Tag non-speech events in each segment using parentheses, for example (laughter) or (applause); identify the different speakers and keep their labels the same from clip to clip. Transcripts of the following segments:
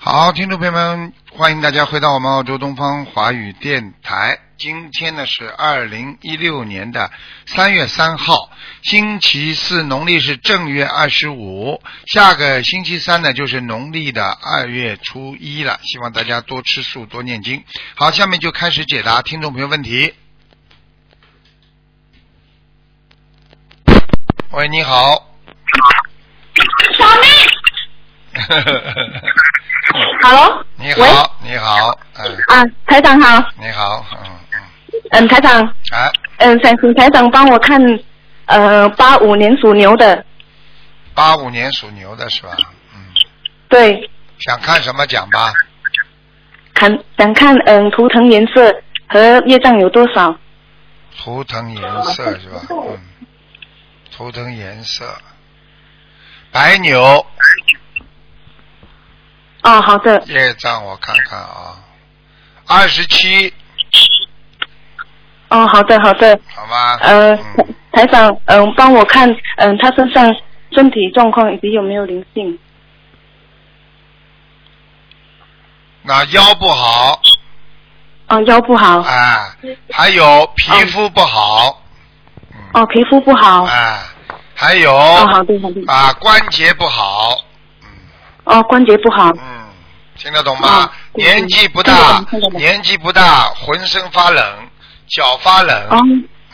Speaker 1: 好，听众朋友们，欢迎大家回到我们澳洲东方华语电台。今天呢是二零一六年的三月三号，星期四，农历是正月二十五。下个星期三呢就是农历的二月初一了，希望大家多吃素，多念经。好，下面就开始解答听众朋友问题。喂，你好。 (laughs)
Speaker 2: 小妹，Hello，
Speaker 1: 你
Speaker 2: 喂，
Speaker 1: 好，你好，嗯，
Speaker 2: 嗯啊，台长好，
Speaker 1: 你好，嗯嗯，
Speaker 2: 嗯，台长，
Speaker 1: 哎，
Speaker 2: 嗯，想请台长帮我看，呃，八五年属牛的，
Speaker 1: 八五年属牛的是吧？嗯，
Speaker 2: 对，
Speaker 1: 想看什么讲吧？
Speaker 2: 看想看，嗯，图腾颜色和业障有多少？
Speaker 1: 图腾颜色是吧？嗯，图腾颜色，白牛
Speaker 2: 哦，好的，
Speaker 1: 业障我看看啊，二十七，
Speaker 2: 哦，好的，好的，
Speaker 1: 好吗？
Speaker 2: 呃，台
Speaker 1: 嗯，
Speaker 2: 台长，嗯、帮我看，嗯、他身上身体状况以及有没有灵性？
Speaker 1: 那腰不好，
Speaker 2: 哦，腰不好，
Speaker 1: 哎，还有皮肤不好，嗯
Speaker 2: 哦，皮肤不好，哦，
Speaker 1: 哎，还有
Speaker 2: 好的，好的，
Speaker 1: 啊关节不好，
Speaker 2: 哦，关节不好，
Speaker 1: 嗯，听得懂吗
Speaker 2: 嗯？对
Speaker 1: 年纪不大
Speaker 2: 听得懂听得，懂
Speaker 1: 年纪不大，浑身发冷，脚发
Speaker 2: 哦
Speaker 1: 冷，，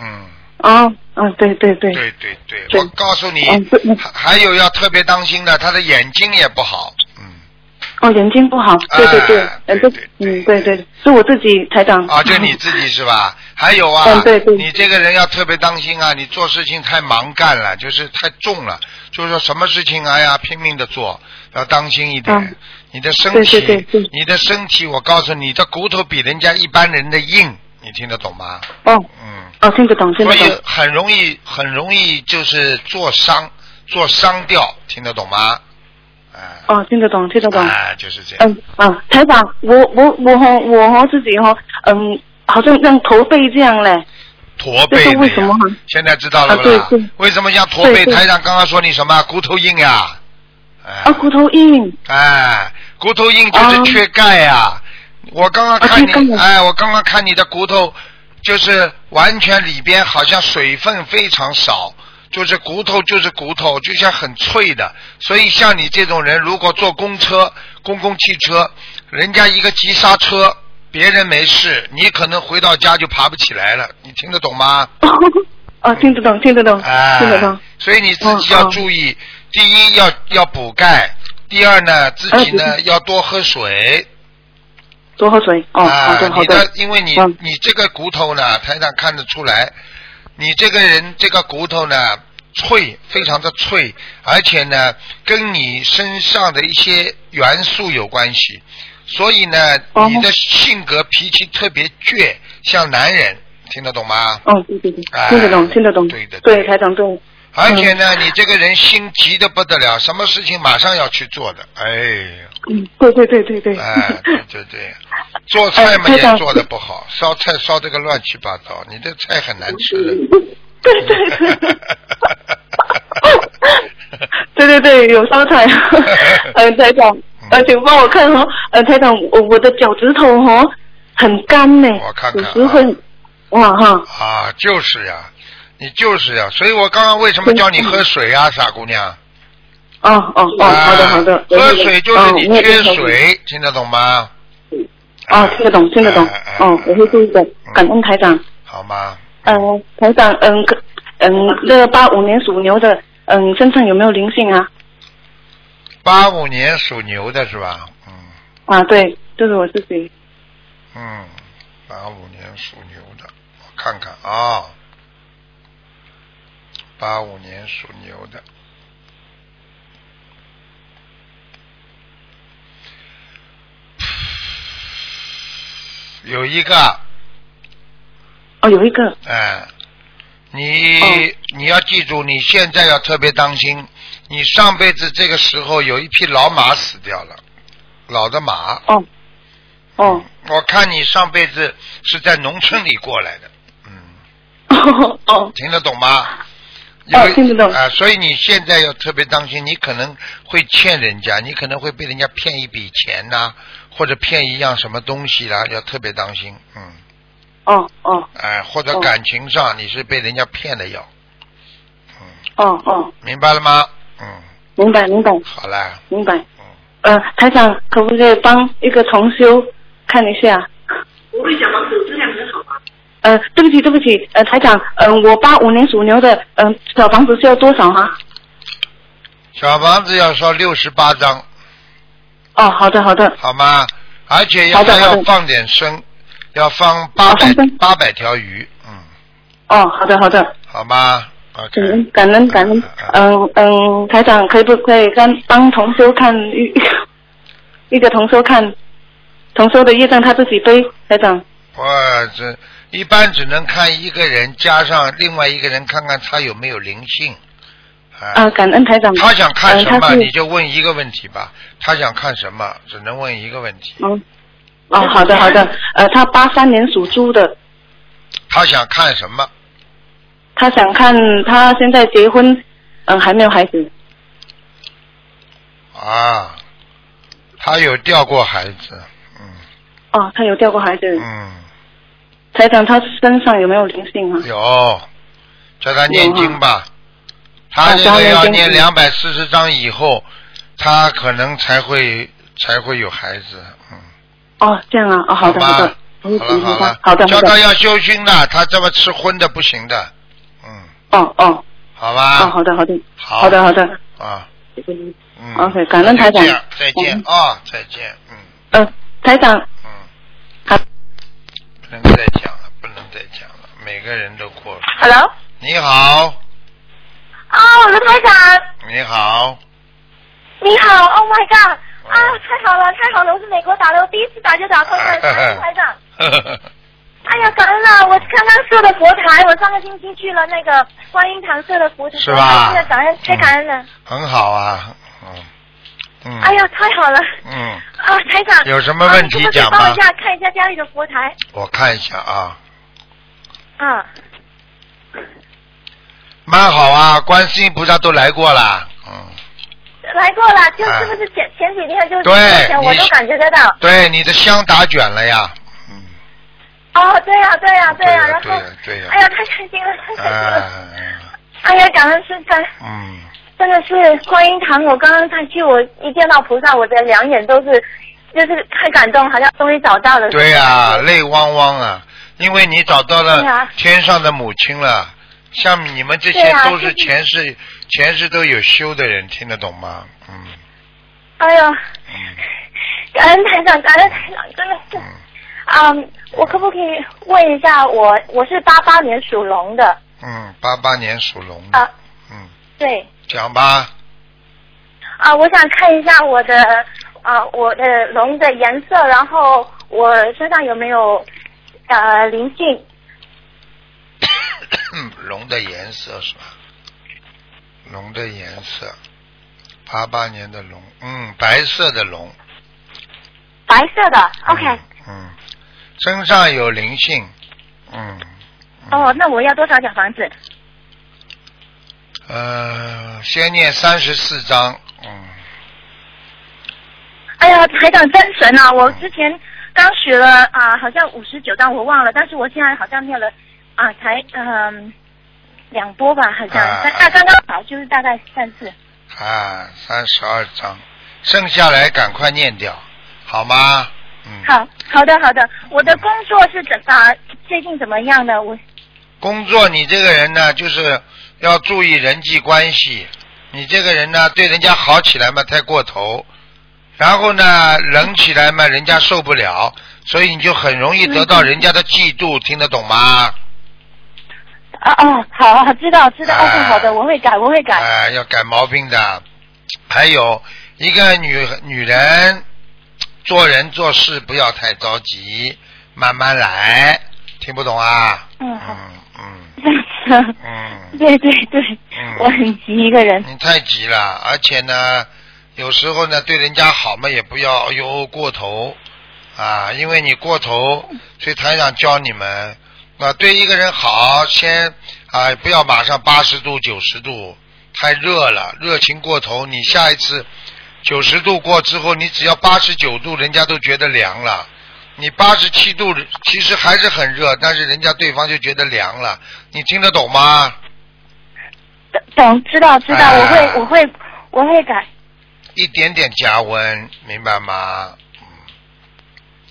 Speaker 1: 嗯，
Speaker 2: 哦，嗯，对对对，
Speaker 1: 对对对，
Speaker 2: 对
Speaker 1: 我告诉你，
Speaker 2: 嗯，对，
Speaker 1: 还还有要特别当心的，他的眼睛也不好，嗯，
Speaker 2: 哦，眼睛不好，对对对
Speaker 1: 哎，
Speaker 2: 嗯，
Speaker 1: 对
Speaker 2: 这
Speaker 1: 对
Speaker 2: 嗯，对对，是我自己台长。
Speaker 1: 啊，就你自己是吧？还有啊，
Speaker 2: 嗯对对
Speaker 1: 你这个人要特别当心啊，你做事情太忙干了，就是太重了，就是说什么事情哎呀拼命的做，要当心一点。
Speaker 2: 嗯
Speaker 1: 你的身体，
Speaker 2: 对对对对
Speaker 1: 你的身体，我告诉你，这骨头比人家一般人的硬，你听得懂吗？
Speaker 2: 哦
Speaker 1: 嗯，
Speaker 2: 哦，听得懂，听
Speaker 1: 所
Speaker 2: 得懂
Speaker 1: 以。很容易，很容易就是做伤，做伤掉，听得懂吗？哎、
Speaker 2: 哦，听得懂，听得懂。
Speaker 1: 哎、就是这样。
Speaker 2: 嗯嗯，台长，我我我和我和自己哈，嗯，好像像驼背这样嘞。
Speaker 1: 驼背
Speaker 2: 这是为
Speaker 1: 那
Speaker 2: 什
Speaker 1: 样
Speaker 2: 么啊
Speaker 1: 现在知道了不
Speaker 2: 啊
Speaker 1: 啦
Speaker 2: 对对？
Speaker 1: 为什么像驼背？
Speaker 2: 对对
Speaker 1: 台长刚刚说你什么？骨头硬呀？哎
Speaker 2: 啊，骨头硬。 (laughs)
Speaker 1: 哎，骨头硬就是缺钙呀。我刚刚看
Speaker 2: 啊缺
Speaker 1: 你，
Speaker 2: 钙
Speaker 1: 哎，我刚刚看你的骨头，就是完全里边好像水分非常少。就是骨头就是骨头，就像很脆的。所以像你这种人，如果坐公车、公共汽车，人家一个急刹车，别人没事，你可能回到家就爬不起来了。你听得懂吗？
Speaker 2: 哦，听得懂，听得懂，
Speaker 1: 哎
Speaker 2: 听得懂。
Speaker 1: 所以你自己要注
Speaker 2: 嗯
Speaker 1: 意，第一要要补钙，第二呢自己呢、
Speaker 2: 嗯
Speaker 1: 要多喝水。
Speaker 2: 多喝水。哦，好
Speaker 1: 啊，
Speaker 2: 的，好
Speaker 1: 你的
Speaker 2: 的。
Speaker 1: 因为你、
Speaker 2: 嗯
Speaker 1: 你这个骨头呢，台上看得出来，你这个人这个骨头呢脆，非常的脆，而且呢跟你身上的一些元素有关系，所以呢、
Speaker 2: 哦
Speaker 1: 你的性格脾气特别倔，像男人，听得懂吗？
Speaker 2: 哦，对对对
Speaker 1: 哎，
Speaker 2: 听得懂，听得懂。
Speaker 1: 对的对
Speaker 2: 对，台长对。
Speaker 1: 而且呢，你这个人心急的不得了，什么事情马上要去做的，哎，
Speaker 2: 嗯，对对对对对。
Speaker 1: 哎，对对
Speaker 2: (laughs)
Speaker 1: 对，做菜嘛
Speaker 2: 哎台长
Speaker 1: 也做的不好，烧菜烧的个乱七八糟，你这菜很难吃
Speaker 2: 嗯
Speaker 1: 的。
Speaker 2: (laughs) 对对对。对对对，有
Speaker 1: (laughs)
Speaker 2: 烧菜。呃，台长，
Speaker 1: 嗯
Speaker 2: 呃，请帮我看哦。呃，台长，我我的脚趾头哦很干呢，
Speaker 1: 我看看啊
Speaker 2: 有时会，哇哈，
Speaker 1: 啊，就是呀，你就是呀，所以我刚刚为什么叫你喝水啊，傻姑娘？
Speaker 2: 哦哦嗯哦，
Speaker 1: 啊
Speaker 2: 好的好的。我
Speaker 1: 喝水就是你缺。
Speaker 2: 哦我也
Speaker 1: 水，听得懂吗？
Speaker 2: 哦，听得懂，听得懂
Speaker 1: 哎哎。
Speaker 2: 哦，我会注意的，感恩台长。
Speaker 1: 好吗？
Speaker 2: 呃，台长，嗯，可嗯，这个八五年属牛的，嗯，身上有没有灵性啊？
Speaker 1: 八五年属牛的是吧？嗯
Speaker 2: 啊，对，就是我自己。
Speaker 1: 嗯，八五年属牛的，我看看啊、八五年属牛的，有一个，
Speaker 2: 哦，有一个。
Speaker 1: 哎，你、
Speaker 2: 哦
Speaker 1: 你要记住，你现在要特别当心，你上辈子这个时候有一匹老马死掉了，老的马，
Speaker 2: 哦，哦，
Speaker 1: 我看你上辈子是在农村里过来的，嗯，
Speaker 2: (laughs) 哦哦
Speaker 1: 听得懂吗？因为
Speaker 2: 哦听得懂
Speaker 1: 啊、所以你现在要特别当心，你可能会欠人家，你可能会被人家骗一笔钱呐、或者骗一样什么东西啦、要特别当心。嗯，
Speaker 2: 哦哦
Speaker 1: 哎、或者
Speaker 2: 哦
Speaker 1: 感情上你是被人家骗的要，
Speaker 2: 哦哦，
Speaker 1: 明白了吗？嗯，
Speaker 2: 明白明白
Speaker 1: 好啦，
Speaker 2: 明白。
Speaker 1: 嗯，
Speaker 2: 呃，台长可不可以帮一个同修看一下？
Speaker 3: 我会讲房子质量很好吗？
Speaker 2: 呃，对不起对不起，呃，台长，嗯、我八五年属牛的，嗯、小房子需要多少啊？
Speaker 1: 小房子要烧六十八张，
Speaker 2: 哦，好的好的，
Speaker 1: 好吗？而且要
Speaker 2: 好的
Speaker 1: 还
Speaker 2: 好
Speaker 1: 要
Speaker 2: 的
Speaker 1: 放点生，要放八百
Speaker 2: 放生
Speaker 1: 八百条鱼，嗯，
Speaker 2: 哦，好的好的，
Speaker 1: 好吗？OK，
Speaker 2: 感恩感恩感恩，嗯、嗯、台长可以不可以帮帮同修看一 (laughs) 一个同修看同修的业障他自己背，台长。
Speaker 1: 我这一般只能看一个人，加上另外一个人，看看他有没有灵性。
Speaker 2: 啊，
Speaker 1: 啊，
Speaker 2: 感恩台长。
Speaker 1: 他想看什
Speaker 2: 嗯、他
Speaker 1: 么，
Speaker 2: 是
Speaker 1: 你就问一个问题吧。他想看什么，只能问一个问题。
Speaker 2: 嗯，哦，好的好的，呃，他八三年属猪的，
Speaker 1: 他想看什么？
Speaker 2: 他想看他现在结婚，嗯、还没有孩子，
Speaker 1: 啊，他有掉过孩子，嗯
Speaker 2: 哦，他有掉过孩子，
Speaker 1: 嗯，
Speaker 2: 台长他身上有没有灵性啊？
Speaker 1: 有，叫他念经吧。他
Speaker 2: 啊
Speaker 1: 这
Speaker 2: 叫他
Speaker 1: 个
Speaker 2: 念
Speaker 1: 要
Speaker 2: 经
Speaker 1: 念两百四十章以后，他可能才会才会有孩子，嗯。
Speaker 2: 哦，这样啊，哦，好的
Speaker 1: 吧，
Speaker 2: 的，
Speaker 1: 好
Speaker 2: 嗯
Speaker 1: 了好了，
Speaker 2: 好的
Speaker 1: 叫
Speaker 2: 好
Speaker 1: 他
Speaker 2: 的，
Speaker 1: 要修心的，他这么吃荤的不行的，嗯，
Speaker 2: 哦哦
Speaker 1: 好
Speaker 2: 哦，
Speaker 1: 吧，
Speaker 2: 好的好的，
Speaker 1: 好
Speaker 2: 好的好的，
Speaker 1: 啊，嗯
Speaker 2: OK，感恩台长
Speaker 1: 再见再见
Speaker 2: 嗯
Speaker 1: 啊，再见，嗯
Speaker 2: 呃，台长，
Speaker 1: 嗯，
Speaker 2: 好
Speaker 1: 不能再讲了，不能再讲了，每个人都过了。
Speaker 3: ？Hello，
Speaker 1: 你好，
Speaker 3: 哦，我的台长，
Speaker 1: 你好，
Speaker 3: 你好，Oh my god，
Speaker 1: 哦
Speaker 3: 啊，太好了，太好了，我是美国打的，我第一次打就打
Speaker 1: (laughs)
Speaker 3: 通了，感啊恩台长。
Speaker 1: 呵呵呵
Speaker 3: 哎呀，感恩了！我刚刚设的佛台，我上个星期去了那个观音堂设的佛台，
Speaker 1: 是吧
Speaker 3: 真的感恩，太感恩了！
Speaker 1: (laughs) 很好啊，嗯嗯，
Speaker 3: 哎呀，太好了！
Speaker 1: 嗯，
Speaker 3: 啊，台长，
Speaker 1: 有什么问题
Speaker 3: 啊你可不可以
Speaker 1: 讲吧
Speaker 3: 帮我一下看一下家里的佛台。
Speaker 1: 我看一下啊，
Speaker 3: 啊，
Speaker 1: 蛮好啊，观世音菩萨都来过啦，嗯。
Speaker 3: 来过了，就是不是前、前几天就是
Speaker 1: 啊
Speaker 3: (laughs)
Speaker 1: 对
Speaker 3: 我
Speaker 1: 你
Speaker 3: 都
Speaker 1: 是
Speaker 3: 感觉得到。
Speaker 1: 对，你的香打卷了呀。
Speaker 3: (laughs)
Speaker 1: 嗯，
Speaker 3: 哦，对呀、对呀、对呀、
Speaker 1: 呀
Speaker 3: 然，后
Speaker 1: 对呀，对
Speaker 3: 哎
Speaker 1: 呀。
Speaker 3: 呀，太开心了，太开心了！
Speaker 1: 啊，
Speaker 3: 哎呀，感恩师真
Speaker 1: 嗯，
Speaker 3: 真的是观音堂，我刚刚上去，我一见到菩萨，我的两眼都是，就是太感动，好像终于找到了。
Speaker 1: 对呀，泪汪汪啊，因为你找到
Speaker 3: 对
Speaker 1: 了
Speaker 3: 呀
Speaker 1: 天上的母亲了。像你们这
Speaker 3: 对
Speaker 1: 些
Speaker 3: 呀
Speaker 1: 都是
Speaker 3: 就是
Speaker 1: 前世前世都有修的人，听得懂吗？嗯
Speaker 3: 哎呀，
Speaker 1: 嗯
Speaker 3: 感恩台长，感恩台长，真的是，
Speaker 1: 嗯
Speaker 3: 嗯，我可不可以问一下我，我是八八年属龙的，
Speaker 1: 嗯，八八年属龙
Speaker 3: 啊
Speaker 1: 的，，嗯，
Speaker 3: 对，
Speaker 1: 讲吧， (coughs)
Speaker 3: 啊，我想看一下我的，啊，我的龙的颜色，然后我身上有没有，呃，灵性，
Speaker 1: 龙的颜色是吧？龙的颜色，八八年的龙，嗯，白色的龙，
Speaker 3: 白色的，OK，
Speaker 1: 嗯嗯，身上有灵性，嗯。
Speaker 3: 哦，
Speaker 1: 嗯。
Speaker 3: 那我要多少小房子？
Speaker 1: 呃，先念三十四章，嗯，
Speaker 3: 哎呀，台长真神啊！我之前刚学了啊、好像五十九章我忘了，但是我现在好像念了啊、才嗯、两波吧，好像
Speaker 1: 啊
Speaker 3: 大大刚刚好，就是大概三次。
Speaker 1: 啊，三十二章，剩下来赶快念掉，好吗？嗯。。
Speaker 3: 好好的好的，我的工作是怎啊、最近怎么样呢？我
Speaker 1: 工作，你这个人呢，就是要注意人际关系。你这个人呢，对人家好起来嘛，太过头；然后呢，冷起来嘛，人家受不了，所以你就很容易得到
Speaker 3: 嗯
Speaker 1: 人家的嫉妒，听得懂吗？
Speaker 3: 啊哦，好好知道知道、
Speaker 1: 啊
Speaker 3: o k 好的，我会改我会改。
Speaker 1: 哎、要改毛病的。还有一个女女人，做人做事不要太着急，慢慢来，听不懂啊？
Speaker 3: 嗯
Speaker 1: 嗯
Speaker 3: 好
Speaker 1: 嗯
Speaker 3: (laughs) 是
Speaker 1: 嗯
Speaker 3: 对对对，
Speaker 1: 嗯，
Speaker 3: 我很急一个人。
Speaker 1: 你太急了，而且呢，有时候呢，对人家好嘛，也不要哎呦过头啊，因为你过头，所以台长教你们啊，对一个人好，先哎，不要马上八十度、九十度，太热了，热情过头。你下一次九十度过之后，你只要八十九度，人家都觉得凉了。你八十七度其实还是很热，但是人家对方就觉得凉了。你听得懂吗？
Speaker 3: 懂，知道知道，
Speaker 1: 哎
Speaker 3: 我会我会我会改，
Speaker 1: 一点点加温，明白吗？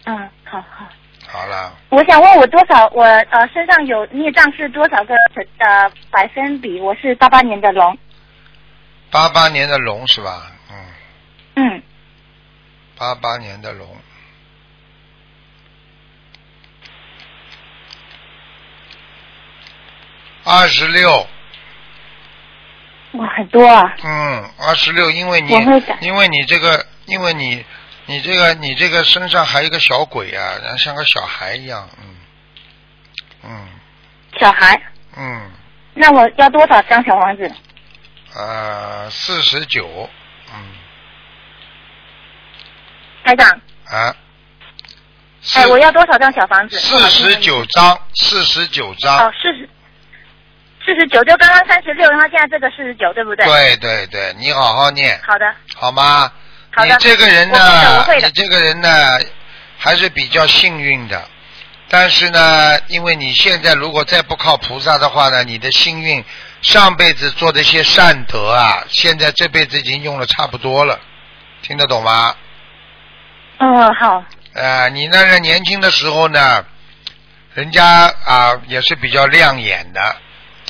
Speaker 3: 嗯，好好。
Speaker 1: 好了，
Speaker 3: 我想问我多少，我呃身上有孽障是多少个呃百分比？我是八八年的龙，
Speaker 1: 八八年的龙是吧？嗯，
Speaker 3: 嗯，
Speaker 1: 八八年的龙。二十六，
Speaker 3: 哇，很多啊，
Speaker 1: 嗯，二十六，因为你
Speaker 3: 我会改，
Speaker 1: 因为你这个，因为你，你这个，你这个身上还有一个小鬼啊，然后像个小孩一样，嗯，嗯
Speaker 3: 小孩，
Speaker 1: 嗯，
Speaker 3: 那我要多少张小王子？
Speaker 1: 呃，四十九，嗯，
Speaker 3: 台长，
Speaker 1: 啊，四
Speaker 3: 哎，我要多少张小房子？
Speaker 1: 四十九张，四十九张
Speaker 3: 哦，，四十，四十九，就刚刚三十六，然后现在这个四十九，对不对？
Speaker 1: 对对对，你好好念，
Speaker 3: 好的，
Speaker 1: 好吗？
Speaker 3: 好
Speaker 1: 你
Speaker 3: 的
Speaker 1: 这个人呢
Speaker 3: 我会的我会，的
Speaker 1: 你这个人呢，还是比较幸运的。但是呢，因为你现在如果再不靠菩萨的话呢，你的幸运上辈子做的一些善德啊，现在这辈子已经用的差不多了，听得懂吗？
Speaker 3: 嗯，好，
Speaker 1: 呃，你那个年轻的时候呢，人家啊、也是比较亮眼的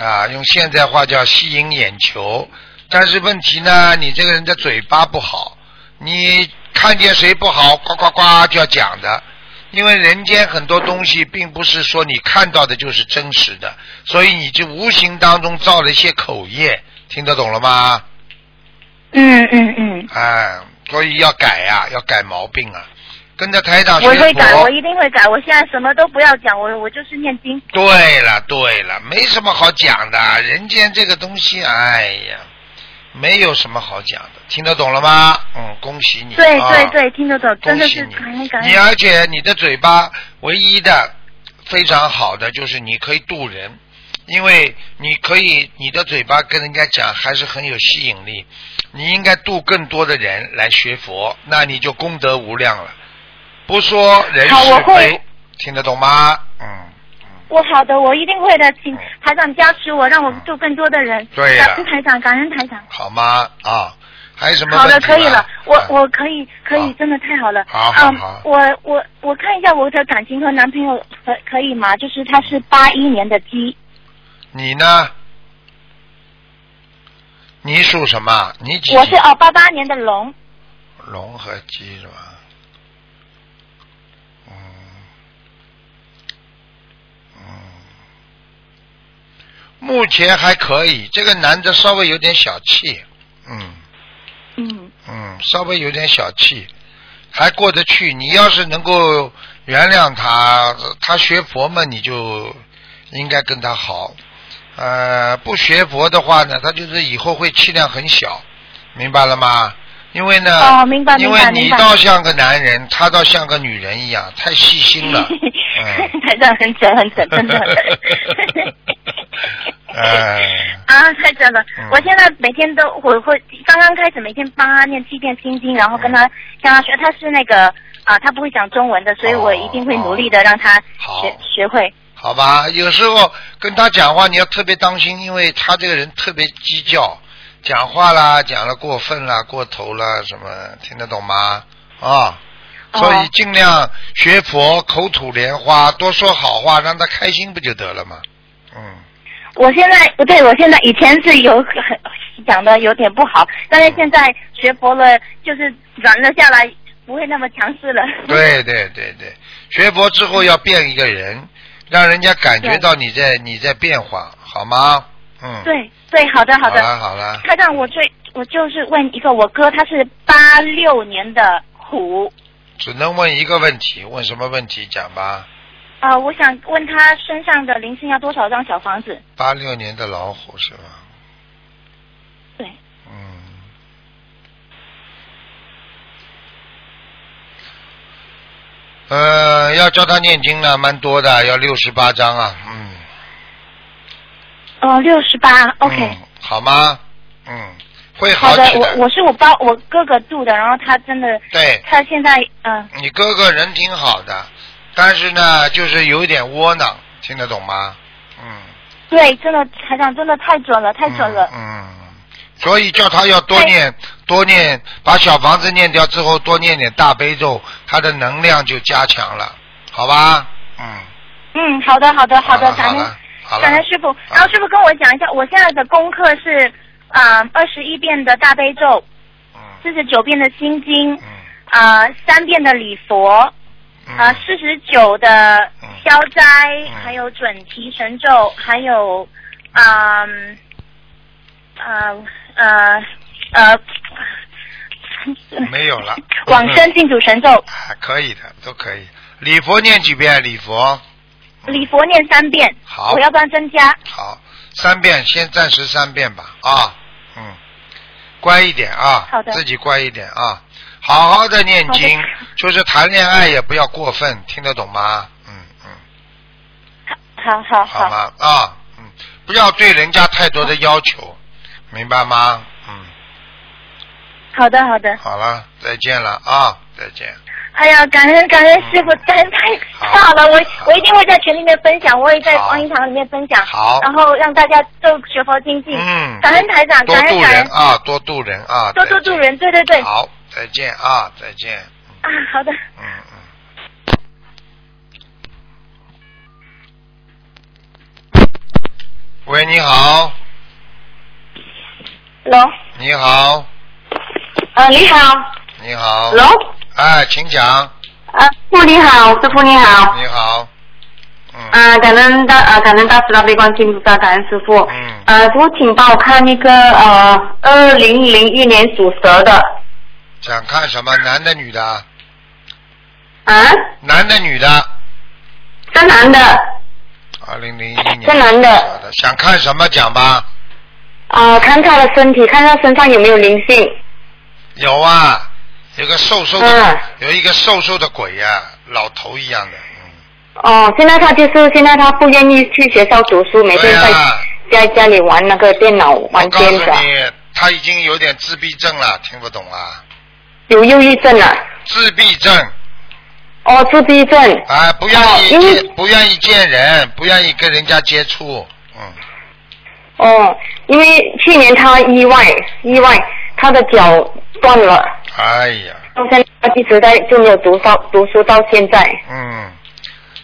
Speaker 1: 啊、用现在话叫吸引眼球。但是问题呢，你这个人的嘴巴不好，你看见谁不好，呱呱呱就要讲的。因为人间很多东西并不是说你看到的就是真实的，所以你就无形当中造了一些口业，听得懂了吗？
Speaker 3: 嗯嗯嗯，
Speaker 1: 哎，所以要改呀、要改毛病啊，跟着台长学
Speaker 3: 我
Speaker 1: 佛。
Speaker 3: 会改，我一定会改。我现在什么都不要讲，我我就是念经。
Speaker 1: 对了对了，没什么好讲的，人间这个东西，哎呀，没有什么好讲的，听得懂了吗？嗯，恭喜你，
Speaker 3: 对
Speaker 1: 啊、
Speaker 3: 对对，听得懂，真
Speaker 1: 恭
Speaker 3: 的
Speaker 1: 喜
Speaker 3: 是
Speaker 1: 你
Speaker 3: 感恩感，
Speaker 1: 你
Speaker 3: 恩。
Speaker 1: 而且你的嘴巴唯一的非常好的就是你可以渡人，因为你可以你的嘴巴跟人家讲还是很有吸引力，你应该渡更多的人来学佛，那你就功德无量了。不说人
Speaker 3: 好我
Speaker 1: 是
Speaker 3: 会
Speaker 1: 非，听得懂吗？嗯。
Speaker 3: 我好的，我一定会的，请台长加持我，让我救更多的人。
Speaker 1: 嗯对呀
Speaker 3: 感恩台长，感恩台长。
Speaker 1: 好吗？啊，还有什么
Speaker 3: 好的，
Speaker 1: 问题吗
Speaker 3: 可以了，我
Speaker 1: 啊
Speaker 3: 我可以可
Speaker 1: 好
Speaker 3: 以，真的太好了。
Speaker 1: 好好
Speaker 3: 嗯
Speaker 1: 好
Speaker 3: 我我我看一下我的感情和男朋友可可以吗？就是他是八一年的鸡，
Speaker 1: 你呢？你属什么？你几？
Speaker 3: 我是哦八八年的龙，
Speaker 1: 龙和鸡是吧？嗯嗯，目前还可以，这个男的稍微有点小气，嗯
Speaker 3: 嗯，
Speaker 1: 嗯，稍微有点小气，还过得去。你要是能够原谅他，他学佛嘛，你就应该跟他好。呃，不学佛的话呢，他就是以后会气量很小，明白了吗？因为呢，
Speaker 3: 哦明白
Speaker 1: 因
Speaker 3: 明
Speaker 1: 为
Speaker 3: 白
Speaker 1: 你
Speaker 3: 明白
Speaker 1: 倒像个男人，他倒像个女人一样，太细心了。嗯。
Speaker 3: 台长很准很准， (laughs) 真的 (laughs) 很准
Speaker 1: (laughs) 哎
Speaker 3: (laughs) 啊，太准了！
Speaker 1: 嗯
Speaker 3: 我现在每天都我会刚刚开始每天帮他念七遍心经，然后跟
Speaker 1: 嗯
Speaker 3: 他跟他学，他是那个啊，他不会讲中文的，所以我一定会努力的让他
Speaker 1: 好
Speaker 3: 学学会。
Speaker 1: 好吧，有时候跟他讲话你要特别当心，因为他这个人特别计较，讲话啦，讲了过分啦，过头啦，什么听得懂吗？啊，
Speaker 3: 哦
Speaker 1: 所以尽量学佛，口吐莲花，多说好话，让他开心不就得了吗？嗯，
Speaker 3: 我现在不对，我现在以前是有很讲的有点不好，但是现在学佛了，就是软了下来，不会那么强势了。
Speaker 1: 对对对对，学佛之后要变一个人，让人家感觉到你在你在变化，好吗？嗯，，
Speaker 3: 对对，好的好的。
Speaker 1: 了好啊了，
Speaker 3: 台长，我最我就是问一个，我哥他是八六年的虎
Speaker 1: 只能问一个问题，问什么问题讲吧？
Speaker 3: 啊、我想问他身上的灵性要多少张小房子？
Speaker 1: 八六年的老虎是吧？
Speaker 3: 对，
Speaker 1: 嗯，呃，要教他念经呢，蛮多的，要六十八章啊，嗯，
Speaker 3: 哦，六十八，OK，
Speaker 1: 嗯，好吗？嗯，会
Speaker 3: 好的
Speaker 1: 起，来。
Speaker 3: 我我是我包我哥哥住的，然后他真的，
Speaker 1: 对
Speaker 3: 他现在嗯，
Speaker 1: 你哥哥人挺好的，但是呢，就是有一点窝囊，听得懂吗？嗯，
Speaker 3: 对，真的台长真的太准了，太准了，
Speaker 1: 嗯。嗯所以叫他要多念多念，把小房子念掉之后，多念点大悲咒，他的能量就加强了，好吧？嗯，
Speaker 3: 嗯，好的好的好的，
Speaker 1: 了
Speaker 3: 感
Speaker 1: 好
Speaker 3: 恩
Speaker 1: 了好
Speaker 3: 感恩
Speaker 1: 了，
Speaker 3: 师傅。然后师傅跟我讲一下，我现在的功课是，啊二十一遍的大悲咒，
Speaker 1: 嗯
Speaker 3: 四十九遍的心经，
Speaker 1: 嗯
Speaker 3: 啊三遍的礼佛，
Speaker 1: 嗯
Speaker 3: 啊四十九的消灾，
Speaker 1: 嗯
Speaker 3: 还有准提神咒，还有，啊嗯，呃呃呃，，
Speaker 1: 没有了
Speaker 3: 往
Speaker 1: (laughs)
Speaker 3: 生净土神咒，
Speaker 1: 哎，可以的，都可以。礼佛念几遍？啊礼佛
Speaker 3: 礼佛念三遍，
Speaker 1: 好
Speaker 3: 我要不要增加？
Speaker 1: 好，三遍，先暂时三遍吧，啊，嗯，乖一点啊，
Speaker 3: 好的
Speaker 1: 自己乖一点啊，好好的念经
Speaker 3: 好的，
Speaker 1: 就是谈恋爱也不要过分，听得懂吗？嗯嗯，
Speaker 3: 好好
Speaker 1: 好
Speaker 3: 好，
Speaker 1: 吗？啊，嗯，不要对人家太多的要求，明白吗？嗯，
Speaker 3: 好的好的。
Speaker 1: 好了，再见了啊，再见。
Speaker 3: 哎呀，感恩感恩师傅，感恩太太好了，我
Speaker 1: 好
Speaker 3: 我一定会在群里面分享，我也在
Speaker 1: 好
Speaker 3: 观音堂里面分享，
Speaker 1: 好
Speaker 3: 然后让大家都学佛精进。
Speaker 1: 嗯
Speaker 3: 感恩台长，
Speaker 1: 多
Speaker 3: 感恩
Speaker 1: 度
Speaker 3: 感
Speaker 1: 人
Speaker 3: 恩，
Speaker 1: 啊，多度人啊，
Speaker 3: 多多
Speaker 1: 再见
Speaker 3: 助。人，对对对。啊，
Speaker 1: 好，再见啊，再见。
Speaker 3: 好的。
Speaker 1: 嗯嗯。嗯喂，你好，
Speaker 4: 龙，
Speaker 1: 你好，
Speaker 4: 呃，你好，
Speaker 1: 你好。
Speaker 4: 龙，
Speaker 1: 哎，请讲。
Speaker 4: 呃，傅你好，师傅你好，
Speaker 1: 你好。嗯。
Speaker 4: 呃，感恩大呃感恩大慈大悲观世音菩萨，感恩师傅，
Speaker 1: 嗯
Speaker 4: 呃，师傅请帮我看那个呃二零零一年属蛇的
Speaker 1: 想看什么？男的，女的？
Speaker 4: 啊，
Speaker 1: 男的，女的？
Speaker 4: 是男的，
Speaker 1: 二零零一年。
Speaker 4: 是男
Speaker 1: 好
Speaker 4: 的，
Speaker 1: 的。想看什么讲吧？
Speaker 4: 呃，看他的身体，看他身上有没有灵性，
Speaker 1: 有啊，有个瘦瘦的，
Speaker 4: 嗯
Speaker 1: 有一个瘦瘦的鬼呀、老头一样的。嗯。
Speaker 4: 哦、现在他就是现在他不愿意去学校读书，每
Speaker 1: 对啊
Speaker 4: 天
Speaker 1: 呀、
Speaker 4: 在、在家里玩那个电脑玩啊
Speaker 1: 我告
Speaker 4: 电
Speaker 1: 诉
Speaker 4: 子，
Speaker 1: 你，他已经有点自闭症了，听不懂啊？
Speaker 4: 有忧郁症了，
Speaker 1: 自闭症
Speaker 4: 哦，自闭症，
Speaker 1: 啊，不愿意
Speaker 4: 哦因为
Speaker 1: 见，不愿意见人，不愿意跟人家接触，嗯，
Speaker 4: 哦，因为去年他意外意外，他的脚断了，
Speaker 1: 哎呀，
Speaker 4: 到现在一直在就没有读到读书到现在。
Speaker 1: 嗯，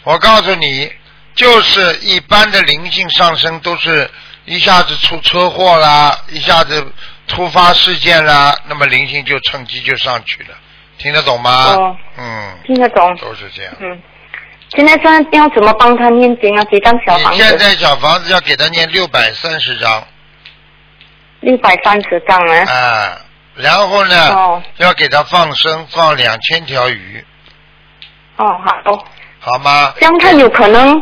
Speaker 1: 我告诉你，就是一般的灵性上升都是一下子出车祸啦，一下子突发事件啦，那么灵性就趁机就上去了，听得懂吗？
Speaker 4: 哦
Speaker 1: 嗯，
Speaker 4: 听得懂，
Speaker 1: 都是这样。
Speaker 4: 嗯。现在这要怎么帮他念经啊？几张小房
Speaker 1: 你现
Speaker 4: 子？
Speaker 1: 在小房子要给他念六百三十张。
Speaker 4: 六百三十张啊。
Speaker 1: 啊，然后呢，
Speaker 4: 哦
Speaker 1: 要给他放生，放两千条鱼，
Speaker 4: 哦，好哦。
Speaker 1: 好吗？
Speaker 4: 这样他有可能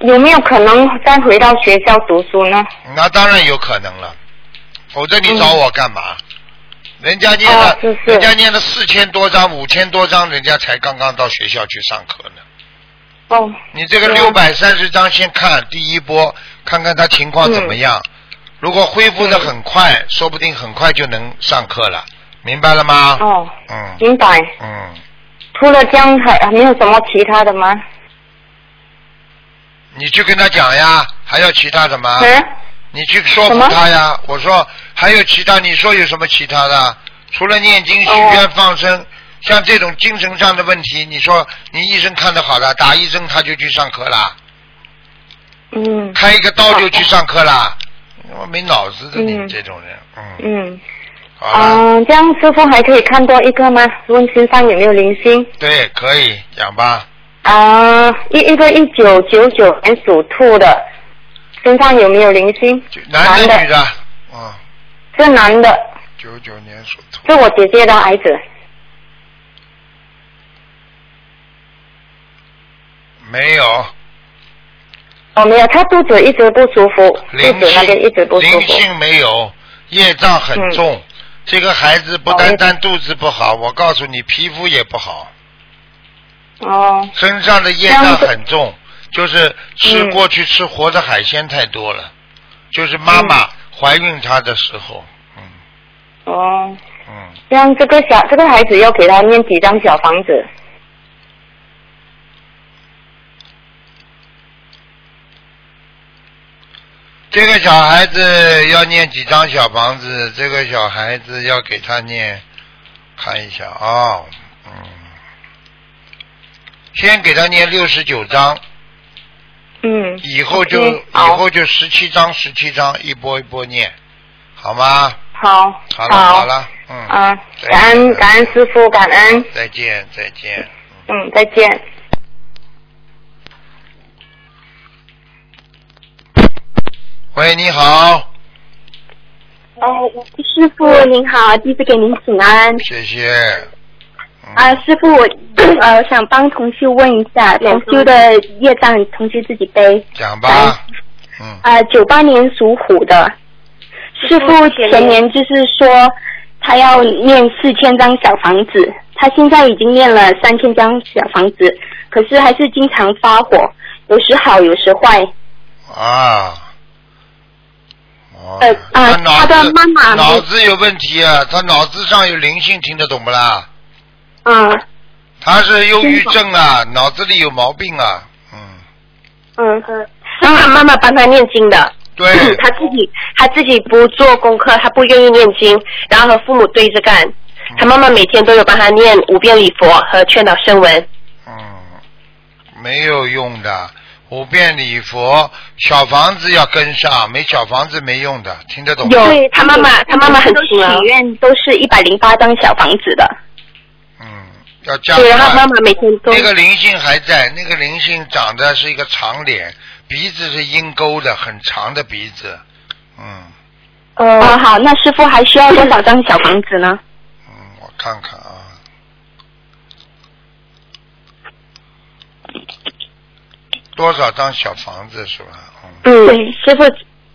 Speaker 4: 有没有可能再回到学校读书呢？
Speaker 1: 那当然有可能了，否则你找我干嘛？人家念了，
Speaker 4: 哦是是
Speaker 1: 人家念了四千多张、五千多张，人家才刚刚到学校去上课呢。
Speaker 4: 哦，
Speaker 1: 你这个
Speaker 4: 对
Speaker 1: 六百三十张先看第一波，看看他情况怎么样。
Speaker 4: 嗯
Speaker 1: 如果恢复的很快，说不定很快就能上课了，明白了吗？
Speaker 4: 哦，
Speaker 1: 嗯
Speaker 4: 明白。
Speaker 1: 嗯，
Speaker 4: 除了这样还还没有什么其他的吗？
Speaker 1: 你去跟他讲呀，还要其他什么？
Speaker 4: 嗯。
Speaker 1: 你去说
Speaker 4: 什
Speaker 1: 服
Speaker 4: 么
Speaker 1: 他呀！我说还有其他，你说有什么其他的？除了念经、许
Speaker 4: 哦
Speaker 1: 愿、放生，像这种精神上的问题，你说你医生看得好了，打一针他就去上课啦，
Speaker 4: 嗯哦
Speaker 1: 开一个刀就去上课啦，我没脑子的你
Speaker 4: 嗯
Speaker 1: 这种人，嗯，
Speaker 4: 嗯。
Speaker 1: 好了，
Speaker 4: 嗯，这样师傅还可以看多一个吗？问身上有没有灵性？
Speaker 1: 对，可以讲吧。
Speaker 4: 啊、一一个一九九九年属兔的，身上有没有灵性？
Speaker 1: 就男的女的，嗯，
Speaker 4: 是男的，
Speaker 1: 九九年属兔，
Speaker 4: 是我姐姐的孩子。
Speaker 1: 没有
Speaker 4: 哦，没有，他肚子一直不舒服，肚
Speaker 1: 灵
Speaker 4: 子那边一直
Speaker 1: 性，
Speaker 4: 不舒
Speaker 1: 灵
Speaker 4: 服。
Speaker 1: 性没有，业障很
Speaker 4: 嗯
Speaker 1: 重。这个孩子不
Speaker 4: 哦
Speaker 1: 单
Speaker 4: 业
Speaker 1: 单肚子不好，我告诉你，皮肤也不好。
Speaker 4: 哦，嗯
Speaker 1: 身上的业障很重，就是吃过去吃活的海鲜太多了，就是妈
Speaker 4: 嗯
Speaker 1: 妈怀孕他的时候，嗯
Speaker 4: 哦，
Speaker 1: 嗯，
Speaker 4: 这样这个小这个孩子要给他念几张小房子？
Speaker 1: 这个小孩子要念几张小房子？这个小孩子要给他念，看一下啊、嗯，先给他念六十九章，
Speaker 4: 嗯
Speaker 1: 以后就
Speaker 4: OK，
Speaker 1: 以
Speaker 4: 好
Speaker 1: 后就十七章十七章一波一波念，好吗？
Speaker 4: 好，
Speaker 1: 好了好了，嗯，
Speaker 4: 啊，
Speaker 1: 再见
Speaker 4: 感恩感恩师傅，感
Speaker 5: 嗯
Speaker 4: 恩，
Speaker 1: 再见再见。
Speaker 4: 嗯，再见。
Speaker 1: 喂，你好，
Speaker 5: 哦，师傅您好，弟子给您请安。
Speaker 1: 谢谢。嗯、
Speaker 5: 啊，师傅，我呃想帮同修问一下，同修的业障，同修自己背。
Speaker 1: 讲
Speaker 5: 哎
Speaker 1: 吧，嗯，
Speaker 5: 啊，九八年属虎的，
Speaker 6: 嗯
Speaker 5: 师傅前年就是说他要念四千张小房子，他现在已经念了三千张小房子，可是还是经常发火，有时好，有时坏。
Speaker 1: 啊，哦，
Speaker 5: 哎呃啊
Speaker 1: 脑
Speaker 5: 他的
Speaker 1: 子
Speaker 5: 妈妈
Speaker 1: 脑子有问题啊，他脑子上有灵性，听得懂不啦？
Speaker 5: 嗯
Speaker 1: 他是忧郁症啊，脑子里有毛病啊，嗯，
Speaker 5: 嗯
Speaker 6: 妈妈妈妈帮他念经的，，
Speaker 1: 对
Speaker 6: 嗯
Speaker 5: (laughs)
Speaker 6: 他自己他自己不做功课，他不愿意念经，然后和父母对着干。他妈妈每天都有帮他念五遍礼佛和劝导声闻。
Speaker 1: 嗯，没有用的。五遍礼佛，小房子要跟上，没小房子没用的，听得懂吗？
Speaker 6: 有哦他妈妈，他妈妈很
Speaker 5: 都
Speaker 6: 勤啊
Speaker 7: 啊
Speaker 6: 劳
Speaker 5: 许。愿都是一百零八张小房子的。
Speaker 1: 嗯，要加
Speaker 6: 对，然后
Speaker 1: 快
Speaker 6: 妈妈每天都
Speaker 1: 那个灵性还在，那个灵性长得是一个长脸，鼻子是鹰钩的，很长的鼻子，嗯。
Speaker 5: 哦、好，那师傅还需要多少张小房子呢？
Speaker 1: 嗯，我看看啊。多少张小房子是吧？嗯，
Speaker 6: 嗯
Speaker 5: 对，
Speaker 6: 师傅，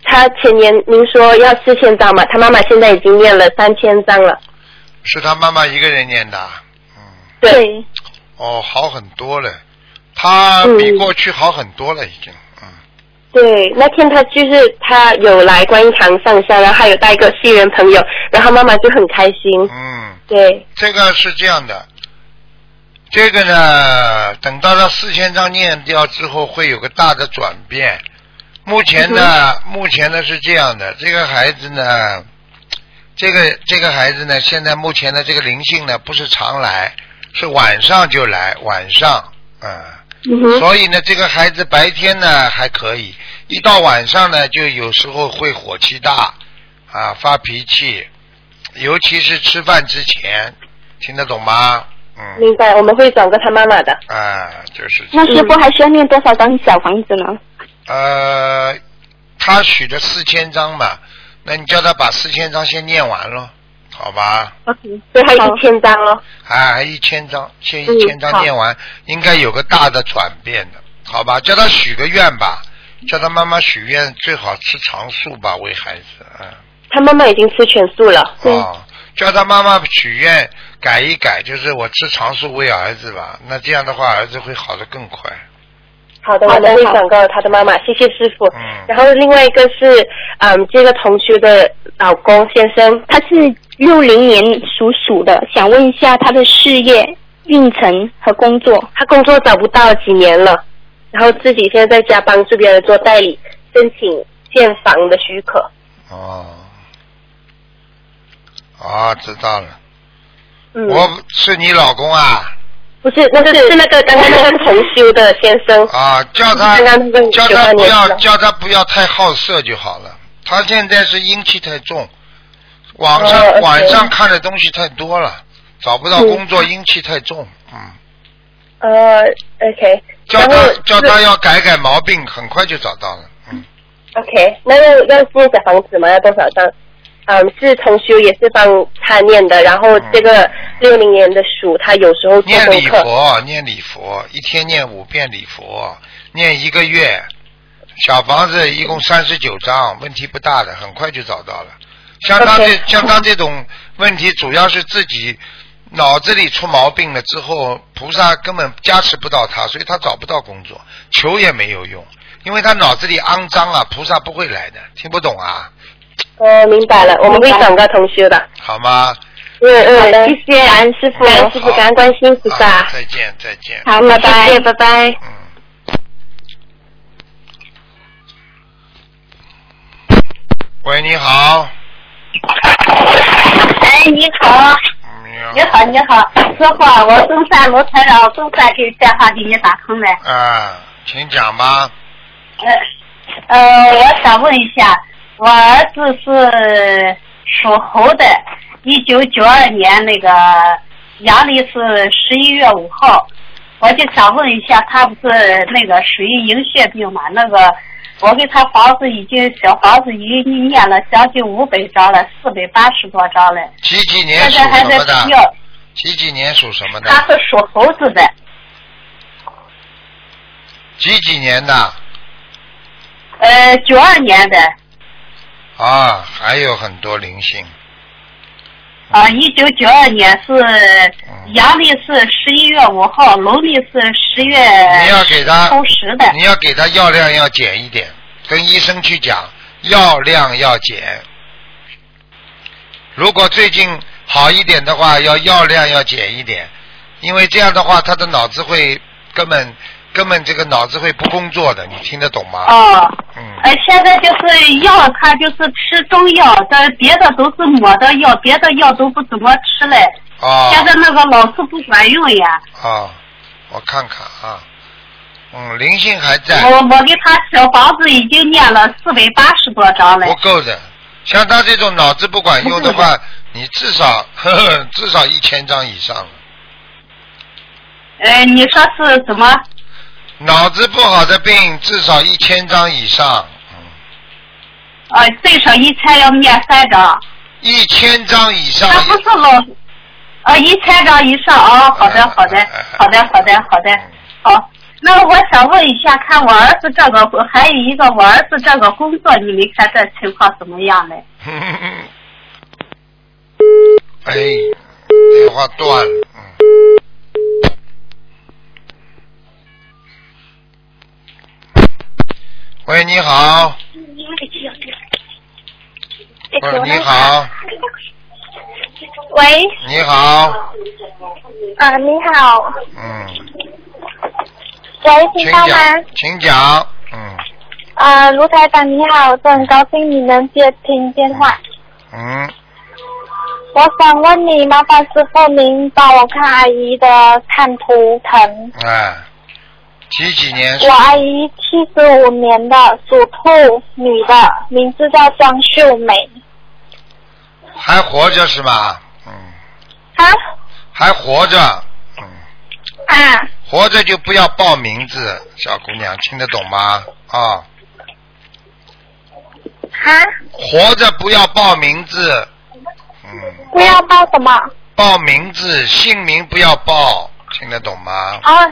Speaker 6: 他前年您说要四千张嘛，他妈妈现在已经念了三千张了。
Speaker 1: 是他妈妈一个人念的啊。嗯，
Speaker 6: 对，
Speaker 1: 哦，好很多了，他比过去好很多了，已经。嗯，
Speaker 6: 对，那天他就是他有来观音堂上香，然后还有带一个西人朋友，然后妈妈就很开
Speaker 4: 哦
Speaker 6: 心。
Speaker 1: 嗯，
Speaker 6: 对，
Speaker 1: 这个是这样的，这个呢，等到他四千张念掉之后，会有个大的转变。目前呢，目前呢是这样的，这个孩子呢，这个这个孩子呢，现在目前的这个灵性呢，不是常来，是晚上就来，晚上，嗯，
Speaker 6: 嗯哼，
Speaker 1: 所以呢，这个孩子白天呢还可以，一到晚上呢，就有时候会火气大，啊，发脾气，尤其是吃饭之前，听得懂吗？嗯，
Speaker 6: 明白，我们会转给他妈妈的。嗯
Speaker 1: 啊，就是这样
Speaker 5: 那师傅还需要念多少张小房子呢？
Speaker 1: 呃，他许的四千张嘛，那你叫他把四千张先念完咯，好吧？
Speaker 6: 对，还
Speaker 5: 好
Speaker 6: 有一千张哦咯。
Speaker 1: 啊，还一千张，先
Speaker 6: 嗯
Speaker 1: 一千张
Speaker 6: 好
Speaker 1: 念完，应该有个大的转变的，好吧？叫他许个愿吧，叫他妈妈许愿，最好吃长素吧，为孩子，嗯，
Speaker 6: 他妈妈已经吃全素了。
Speaker 1: 哦，叫他妈妈许愿改一改，就是我吃长素为儿子吧，那这样的话儿子会好的更快，
Speaker 6: 好的，我们会转告他的妈妈，谢谢师傅。
Speaker 1: 嗯
Speaker 6: 然后另外一个是，嗯，这个同学的老公先生，
Speaker 5: 他是六零年属鼠的，想问一下他的事业、运程和工作。
Speaker 6: 他工作找不到几年了，然后自己现在在家帮助别人做代理，申请建房的许可。
Speaker 1: 哦，啊，知道了，
Speaker 6: 嗯，
Speaker 1: 我是你老公啊，
Speaker 6: 不是，那个是那个刚刚那个同修的先生。
Speaker 1: 啊，叫他
Speaker 6: 刚刚那个
Speaker 1: 叫
Speaker 6: 九
Speaker 1: 他
Speaker 6: 八
Speaker 1: 不
Speaker 6: 年
Speaker 1: 要
Speaker 6: 的
Speaker 1: 叫他不要太好色就好了。他现在是阴气太重，网上、
Speaker 6: 哦，OK 嗯
Speaker 1: 晚上看的东西太多了，找不到工作，阴气太重。嗯，
Speaker 6: 呃，OK，
Speaker 1: 叫
Speaker 6: 然
Speaker 1: 他
Speaker 6: 后
Speaker 1: 叫
Speaker 6: 那
Speaker 1: 他要改改毛病，很快就找到了。嗯，
Speaker 6: OK，那要要念小房子吗？要多少张？嗯，是同修也是帮他念的，然后这个六零年的鼠，他有时候做
Speaker 1: 念
Speaker 6: 功
Speaker 1: 礼
Speaker 6: 课，
Speaker 1: 佛，念礼佛，一天念五遍礼佛，念一个月。小房子一共三十九张，问题不大的，很快就找到了。像他这
Speaker 6: OK
Speaker 1: 像他这种问题，主要是自己脑子里出毛病了之后，菩萨根本加持不到他，所以他找不到工作，求也没有用。因为他脑子里肮脏啊，菩萨不会来的，听不懂啊，
Speaker 6: 哦，明白了，我们会转告同修的。
Speaker 1: 好吗？
Speaker 6: 嗯
Speaker 5: 好的
Speaker 6: 嗯，谢谢
Speaker 5: 感恩师傅
Speaker 6: 感恩师傅，感恩关心菩萨
Speaker 1: 啊。再见，再见。
Speaker 5: 好，拜拜，谢谢，拜拜。
Speaker 1: 嗯。喂，你好。
Speaker 7: 哎，你好，你
Speaker 1: 你
Speaker 7: 好，你好，师傅，我中山卢台长，中山给电话给你打通了。
Speaker 1: 啊，请讲吧。
Speaker 7: 呃，呃，我想问一下，我儿子是属猴的，一九九二年那个阳历是十一月五号，我就想问一下，他不是那个属于银屑病嘛？那个我给他房子已经小房子已经念了将近五百张了，四百八十多张了，
Speaker 1: 几几年
Speaker 7: 现
Speaker 1: 属
Speaker 7: 在还
Speaker 1: 什
Speaker 7: 在
Speaker 1: 么
Speaker 7: 需
Speaker 1: 的？
Speaker 7: 要。
Speaker 1: 几几年属什么
Speaker 7: 他
Speaker 1: 的？
Speaker 7: 是属猴子的，
Speaker 1: 几几年的？
Speaker 7: 呃，九二年的，
Speaker 1: 啊，还有很多灵性。
Speaker 7: 啊，一九九二年是
Speaker 1: 嗯
Speaker 7: 阳历是十一月五号，农历是十月
Speaker 1: 你要给他
Speaker 7: 初十的，
Speaker 1: 你要给他药量要减一点，跟医生去讲药量要减。如果最近好一点的话，要药量要减一点，因为这样的话，他的脑子会根本根本这个脑子会不工作的，你听得懂吗？
Speaker 7: 哦，
Speaker 1: 嗯，
Speaker 7: 呃，现在就是药，他就是吃中药，但别的都是抹的药，别的药都不怎么吃嘞。
Speaker 1: 哦
Speaker 7: 现在那个老是不管用呀，
Speaker 1: 哦，我看看啊，嗯，灵性还在。
Speaker 7: 我我给他小房子已经念了四百八十多张了
Speaker 1: 不。够的。像他这种脑子不管用的话，你至少 (laughs) 呵呵至少一千张以上了。
Speaker 7: 呃，你说是怎么？
Speaker 1: 脑子不好的病至少一千张以上，嗯
Speaker 7: 啊，最少一天要念三张，
Speaker 1: 一千张以上。
Speaker 7: 那不是老，啊，一千张以上啊、好
Speaker 1: 嗯
Speaker 7: 的，好的，
Speaker 1: 哎
Speaker 7: 好的，好的，好的，好。哦那我想问一下，看我儿子这个，还有一个我儿子这个工作，你们看这情况怎么样呢？
Speaker 1: 嗯 (laughs) 哎，电话断了。嗯喂，你好。
Speaker 7: 哎
Speaker 1: 喂，你好，
Speaker 8: 喂，
Speaker 1: 你好，
Speaker 8: 啊，你好，
Speaker 1: 嗯。
Speaker 8: 喂，
Speaker 1: 请
Speaker 8: 听
Speaker 1: 讲
Speaker 8: 到吗？，
Speaker 1: 请讲，嗯
Speaker 8: 啊，卢台长你好，我很高兴你能接听电话。
Speaker 1: 嗯，
Speaker 8: 我想问你，麻烦师傅您帮我看阿姨的看图腾。
Speaker 1: 哎，几几年？
Speaker 8: 我阿姨七十五年的，属兔，女的，名字叫张秀美。
Speaker 1: 还活着是吧？嗯，
Speaker 8: 啊
Speaker 1: 还活着，嗯，
Speaker 8: 啊，
Speaker 1: 活着就不要报名字，小姑娘听得懂吗？啊，
Speaker 8: 哈，
Speaker 1: 活着不要报名字，嗯，
Speaker 8: 不要报什么？
Speaker 1: 报名字姓名不要报，听得懂吗？
Speaker 8: 啊，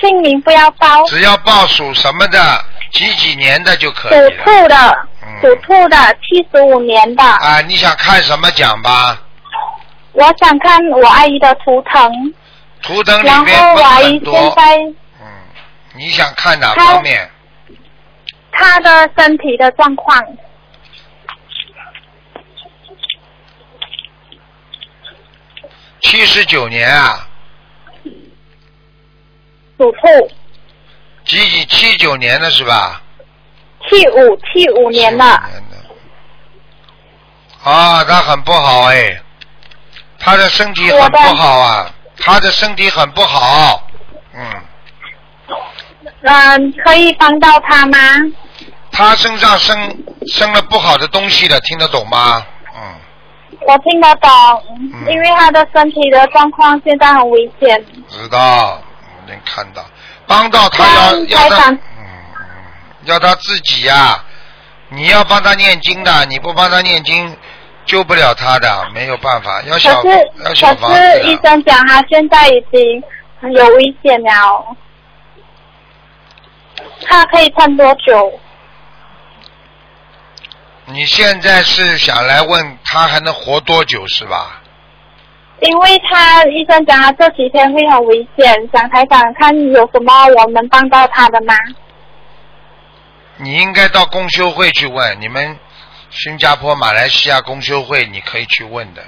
Speaker 8: 姓名不要报，
Speaker 1: 只要报属什么的，几几年的就可
Speaker 8: 属
Speaker 1: 以了。
Speaker 8: 兔的，
Speaker 1: 嗯
Speaker 8: 属兔的，七十五年的。
Speaker 1: 啊，你想看什么讲吧？
Speaker 8: 我想看我阿姨的图腾。
Speaker 1: 图腾里
Speaker 8: 然
Speaker 1: 面
Speaker 8: 后
Speaker 1: 不
Speaker 8: 我阿
Speaker 1: 是
Speaker 8: 姨
Speaker 1: 很
Speaker 8: 现
Speaker 1: 多。
Speaker 8: 在
Speaker 1: 嗯，你想看哪
Speaker 8: 他
Speaker 1: 方面？
Speaker 8: 她的身体的状况，
Speaker 1: 七十九年啊，
Speaker 8: 属兔，
Speaker 1: 几几七九年的是吧？
Speaker 8: 七五七五年的，
Speaker 1: 79年的。啊，他很不好哎，他的身体很不好啊，他的身体很不好。嗯，
Speaker 8: 嗯，可以帮到她吗？
Speaker 1: 他身上生生了不好的东西了，听得懂吗？嗯，
Speaker 8: 我听得懂，
Speaker 1: 嗯
Speaker 8: 因为她的身体的状况现在很危险。
Speaker 1: 知道，嗯能看到，帮到他要
Speaker 8: 嗯
Speaker 1: 要
Speaker 8: 台
Speaker 1: 他，
Speaker 8: 长
Speaker 1: 嗯，嗯要他自己呀、你要帮他念经的，你不帮他念经，救不了他的，没有办法，要
Speaker 8: 可
Speaker 1: 小
Speaker 8: 是
Speaker 1: 要小房
Speaker 8: 可
Speaker 7: 啊
Speaker 8: 是医
Speaker 1: 子的，
Speaker 8: 生讲她现在已经有危险了，她可以撑多久？
Speaker 1: 你现在是想来问他还能活多久是吧？
Speaker 8: 因为她医生讲她这几天会很危险，想台长看有什么我能帮到她的吗？
Speaker 1: 你应该到公修会去问，你们新加坡、马来西亚公修会你可以去问的。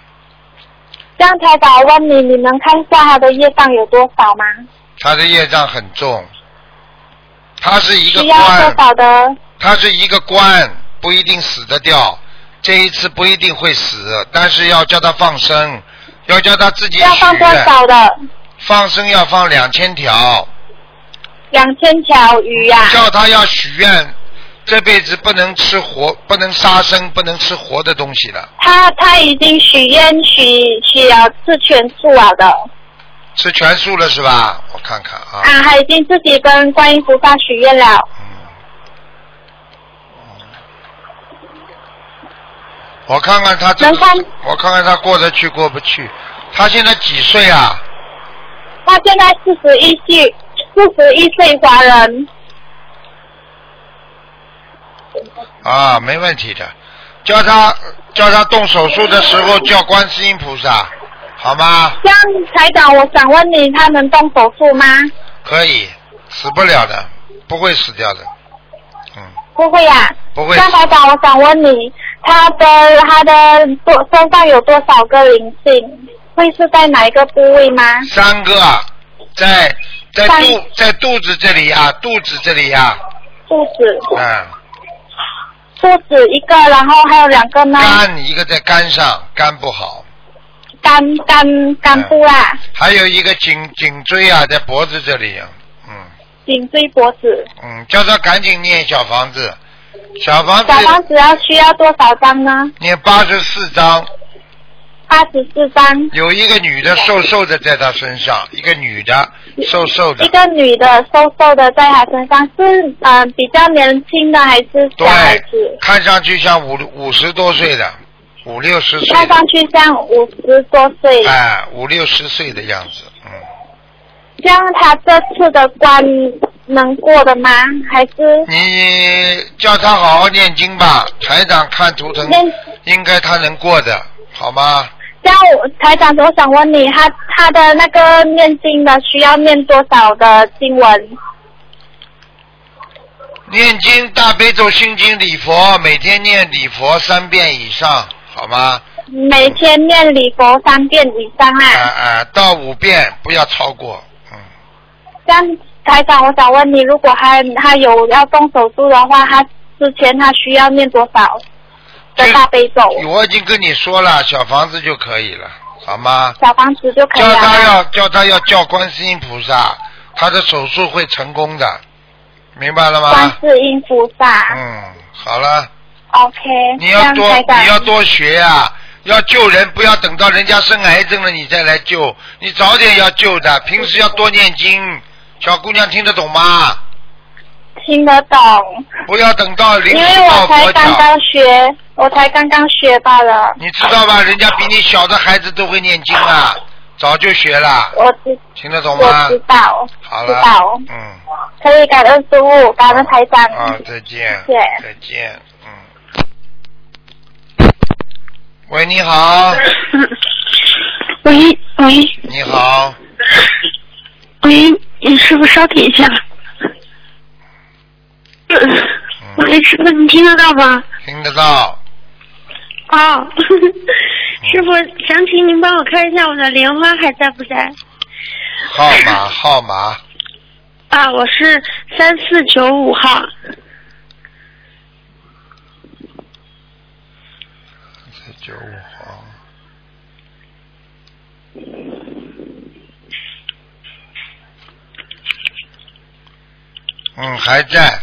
Speaker 8: 张台长问你，你能看一下他的业障有多少吗？
Speaker 1: 他的业障很重，他是一个
Speaker 8: 需要多
Speaker 1: 官，
Speaker 8: 少的？
Speaker 1: 他是一个官，不一定死得掉，这一次不一定会死，但是要叫他放生，要叫他自己
Speaker 8: 要放
Speaker 1: 许
Speaker 8: 多
Speaker 1: 愿
Speaker 8: 少的？
Speaker 1: 放生要放两千条，
Speaker 8: 两千条鱼呀、
Speaker 1: 叫他要许愿，这辈子不能吃活，不能杀生，不能吃活的东西了，
Speaker 8: 他他已经许愿许许了是全素了的，
Speaker 1: 吃全素了是吧？我看看啊，
Speaker 8: 啊，他已经自己跟观音菩萨许愿了。
Speaker 1: 嗯哦我看看他这
Speaker 8: 能看
Speaker 1: 个，我看看他过得去过不去。他现在几岁啊？
Speaker 8: 他现在四十一岁，四十一岁华人，
Speaker 1: 啊，没问题的。叫他叫他动手术的时候叫观世音菩萨，好吗？
Speaker 8: 这样台长，我想问你，他能动手术吗？
Speaker 1: 可以，死不了的，不会死掉的，嗯，
Speaker 8: 不会呀、啊。
Speaker 1: 不会
Speaker 8: 这样
Speaker 1: 死。
Speaker 8: 台长，我想问你，他的他的多身上有多少个灵性？会是在哪一个部位吗？
Speaker 1: 三个啊，在在
Speaker 8: 三
Speaker 1: 肚在肚子这里啊，肚子这里啊，
Speaker 8: 肚子，
Speaker 1: 嗯，
Speaker 8: 肚子一个，然后还有两个呢，
Speaker 1: 肝一个在肝上，肝不好，
Speaker 8: 肝肝肝部啊啦、
Speaker 1: 还有一个颈颈椎啊，在脖子这里啊，嗯
Speaker 8: 颈椎、脖子。
Speaker 1: 嗯，叫他赶紧念小房子，小房子
Speaker 8: 小房子要需要多少张呢？
Speaker 1: 念八十四章，
Speaker 8: 八十四张，
Speaker 1: 有一个女的瘦瘦的在他身上，一个女的瘦瘦的
Speaker 8: 一，个女的瘦瘦的在她身上是嗯、呃比较年轻的还是小
Speaker 1: 对
Speaker 8: 孩子，？
Speaker 1: 看上去像五五十多岁的，五六十岁
Speaker 8: 看
Speaker 1: 的，
Speaker 8: 上去像五十多岁。
Speaker 1: 哎，五六十岁的样子，嗯，
Speaker 8: 这样她这次的关能过的吗？还是
Speaker 1: 你叫他好好念经吧，台长看图腾，
Speaker 8: 念
Speaker 1: 应该他能过的，好吗？
Speaker 8: 这样我台长，我想问你，她她的那个念经的需要念多少的经文？
Speaker 1: 念经大悲咒心经礼佛，每天念礼佛三遍以上，好吗？
Speaker 8: 每天念礼佛三遍以上
Speaker 1: 啊
Speaker 8: 啊。
Speaker 1: 啊，到五遍不要超过，嗯。
Speaker 8: 这样台长，我想问你，如果她她有要动手术的话，她之前她需要念多少的大悲咒？
Speaker 1: 我已经跟你说了，小房子就可以了，好吗？
Speaker 8: 小房子就可以啊
Speaker 1: 叫
Speaker 8: 了
Speaker 1: 他
Speaker 8: 吗。
Speaker 1: 要叫他要叫观世音菩萨，他的手术会成功的，明白了
Speaker 8: 观
Speaker 1: 吗？
Speaker 8: 世音菩萨、
Speaker 1: 嗯，好了，
Speaker 8: OK，
Speaker 1: 你要
Speaker 8: 这样
Speaker 1: 多
Speaker 8: 台长
Speaker 1: 你要多学呀、要救人，不要等到人家生癌症了你再来救，你早点要救的，平时要多念经。小姑娘听得懂吗？
Speaker 8: 听得懂，
Speaker 1: 不要等到
Speaker 8: 因
Speaker 1: 临时
Speaker 8: 为
Speaker 1: 抱
Speaker 8: 我才
Speaker 1: 佛
Speaker 8: 刚
Speaker 1: 脚，
Speaker 8: 刚学，我才刚刚学罢了。
Speaker 1: 你知道吧？人家比你小的孩子都会念经啊，早就学了，
Speaker 8: 我知
Speaker 1: 听得懂吗
Speaker 8: 我知？道，
Speaker 1: 好
Speaker 8: 知
Speaker 1: 了
Speaker 8: 道，，
Speaker 1: 嗯。
Speaker 8: 可以感恩师傅，感恩台长。
Speaker 1: 啊，再见。
Speaker 8: 谢谢
Speaker 1: 再见，嗯。喂，你好，
Speaker 9: (laughs) 喂喂
Speaker 1: 你好，
Speaker 9: 喂，你师傅稍等一下。呃我的师傅， (clears throat) 你听得到吗？
Speaker 1: 嗯听得到。嗯
Speaker 9: 啊、师傅，想请您帮我看一下我的莲花还在不在？
Speaker 1: 号码，号码，
Speaker 9: 啊，我是三四九五号。
Speaker 1: 四九五号。嗯，还在，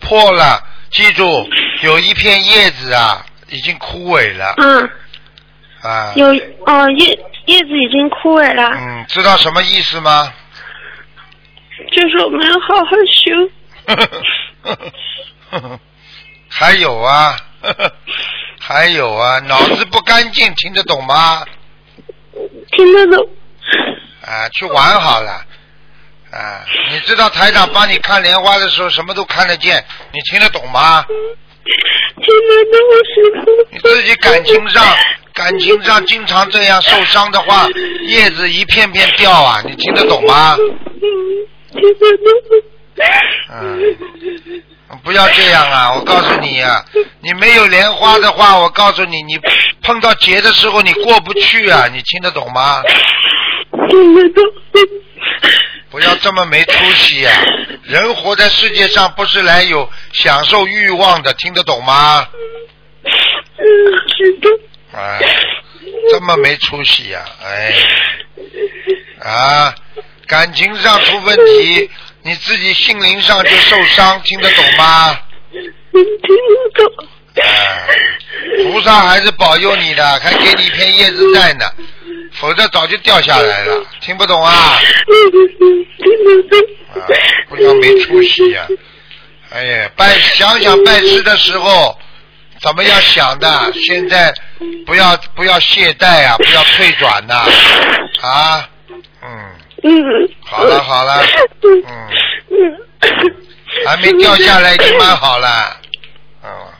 Speaker 1: 破了。记住，有一片叶子啊，已经枯萎了
Speaker 9: 嗯，
Speaker 1: 啊。
Speaker 9: 有哦，叶叶子已经枯萎
Speaker 10: 啊
Speaker 9: 了，
Speaker 1: 嗯，知道什么意思吗？ (laughs)
Speaker 9: 就是我们要好好修。
Speaker 1: 还有啊， (laughs) 还有啊，脑子不干净，听得懂吗？
Speaker 9: 听得懂？
Speaker 1: 啊，去玩好了。啊，你知道台长帮你看莲花的时候，什么都看得见，你听得懂吗？
Speaker 9: 听得懂，师傅。
Speaker 1: 你自己感情上，感情上经常这样受伤的话，叶子一片片掉啊，你听得懂吗？啊
Speaker 9: 嗯，听得懂。
Speaker 1: 嗯，不要这样啊！我告诉你啊，你没有莲花的话，我告诉你，你碰到劫的时候你过不去啊！你听得懂吗？
Speaker 9: 听得懂。
Speaker 1: 不要这么没出息呀、人活在世界上不是来有享受欲望的，听得懂吗？
Speaker 9: 嗯，知道。
Speaker 1: 哎，这么没出息呀、哎，啊，感情上出问题，你自己心灵上就受伤，听得懂吗？哎
Speaker 9: 听得懂。
Speaker 1: 菩萨还是保佑你的，还给你一片叶子在呢，否则早就掉下来了。听不懂啊？
Speaker 9: 嗯
Speaker 1: 啊，不要没出息呀、哎呀，拜想想拜师的时候怎么样想的？现在不要不要懈怠啊，不要退转呐、啊！
Speaker 9: 嗯。
Speaker 1: 好了好了，
Speaker 9: 嗯。
Speaker 1: 还没掉下来就蛮好了。啊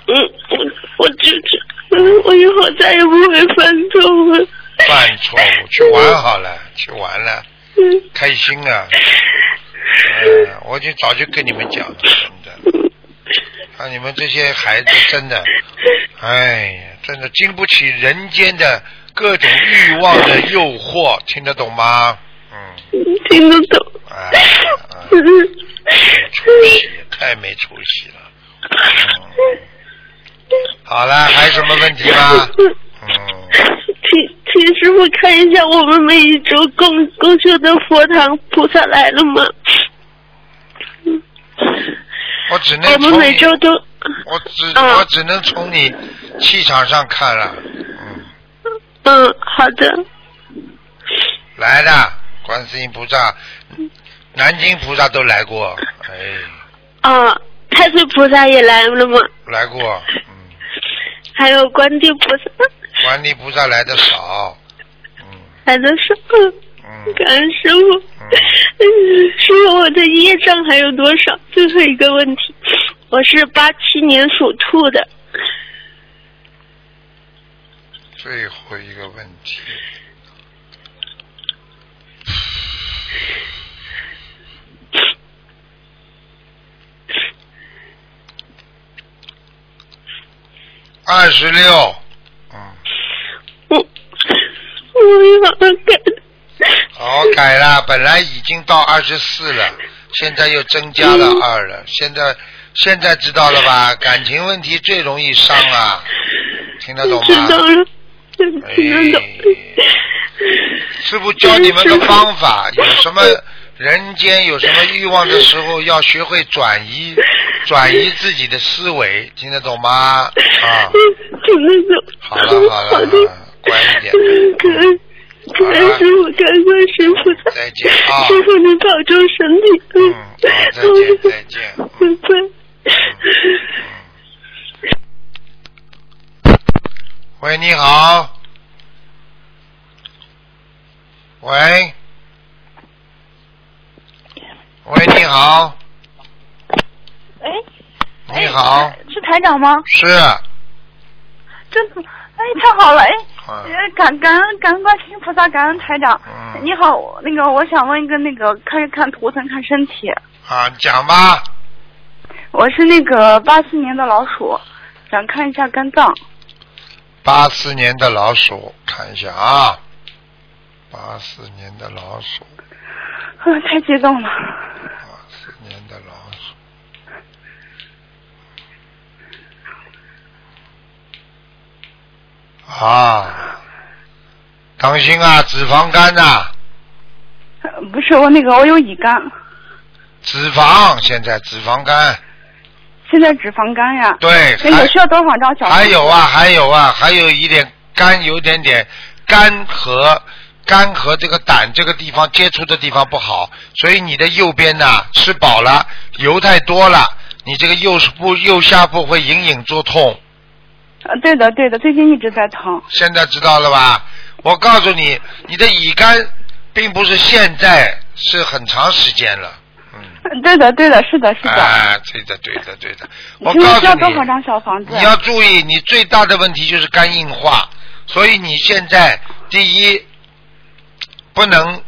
Speaker 9: 嗯，我我知道，嗯我以后再也不会犯错误了。
Speaker 1: 犯错误去玩好了，去玩了，开心啊！嗯，我已经早就跟你们讲了，真的。啊，你们这些孩子真的，哎呀，真的经不起人间的各种欲望的诱惑，听得懂吗？嗯
Speaker 9: 听得懂。
Speaker 1: 太没出息了。嗯好了，还有什么问题吗？嗯
Speaker 9: 请请师傅看一下，我们每一周供供修的佛堂菩萨来了吗？
Speaker 1: 我只能
Speaker 9: 我们
Speaker 1: 从
Speaker 9: 每
Speaker 1: 你
Speaker 9: 周啊都
Speaker 1: 我只我只能从你气场上看了，
Speaker 9: 嗯，好的，
Speaker 1: 来的观世音菩萨、南京菩萨都来过，哎，
Speaker 9: 啊，太岁菩萨也来了吗？
Speaker 1: 来过，嗯
Speaker 9: 还有观地菩萨
Speaker 1: 观地菩萨来的少，
Speaker 9: 来的是，嗯感恩师傅，
Speaker 1: 嗯
Speaker 9: (laughs) 师傅我的业障还有多少？最后一个问题，我是八七年属兔的，
Speaker 1: 最后一个问题，二十六，嗯
Speaker 9: 嗯我也好好改。
Speaker 1: 好改了，本来已经到二十四了，现在又增加了
Speaker 9: 嗯
Speaker 1: 二了，现在现在知道了吧？感情问题最容易伤啊，听得懂吗？
Speaker 9: 知道了，
Speaker 1: 哎
Speaker 9: 知道了，
Speaker 1: 师傅教你们个方法，
Speaker 9: 嗯
Speaker 1: 有什么人间有什么欲望的时候，要学会转移，转移自己的思维，听得懂吗？啊，
Speaker 9: 听得懂。
Speaker 1: 好了好了好了，乖一点，
Speaker 9: 嗯感恩感恩师傅，感恩观世音菩萨。
Speaker 1: 再见啊
Speaker 9: 师傅，您保重身体。嗯，
Speaker 1: 再见再见。嗯
Speaker 9: 拜拜。
Speaker 1: (laughs) 喂，你好。喂。喂，你好，
Speaker 10: 哎，
Speaker 1: 你好，
Speaker 10: 是台长吗？
Speaker 1: 是，
Speaker 10: 真的，哎，太好了，哎，
Speaker 1: 啊
Speaker 10: 呃感感恩感恩观世音菩萨，感恩台长。
Speaker 1: 嗯
Speaker 10: 你好，我那个我想问一个那个看看图腾看身体，
Speaker 1: 啊，讲吧，
Speaker 10: 我是那个八四年的老鼠，想看一下肝脏。 (laughs)
Speaker 1: 八四年的老鼠，看一下啊，八四年的老鼠，
Speaker 10: 啊，太激动了。
Speaker 1: 啊四年的老鼠，啊，当心啊，脂肪肝呐、
Speaker 10: 呃不是我那个我有乙肝，
Speaker 1: 脂肪，现在脂肪肝，
Speaker 10: 现在脂肪肝呀。
Speaker 1: 对
Speaker 10: 那
Speaker 1: 还
Speaker 10: 个需要多少张哎小？
Speaker 1: 还有啊，还有啊，还有一点肝有点点肝和肝和这个胆这个地方接触的地方不好，所以你的右边呐、吃饱了油太多了，你这个右部右下部会隐隐作痛，
Speaker 10: 呃。对的，对的，最近一直在疼。 (laughs)
Speaker 1: 现在知道了吧？我告诉你，你的乙肝并不是现在，是很长时间了。
Speaker 10: 呃对的，对的，是的，是的。
Speaker 1: 啊，对的，对的，对的。我
Speaker 10: 请问
Speaker 1: 告
Speaker 10: 需要
Speaker 1: 诉
Speaker 10: 多
Speaker 1: 你
Speaker 10: 少，张小房子？
Speaker 1: 你要注意，你最大的问题就是肝硬化，所以你现在第一不能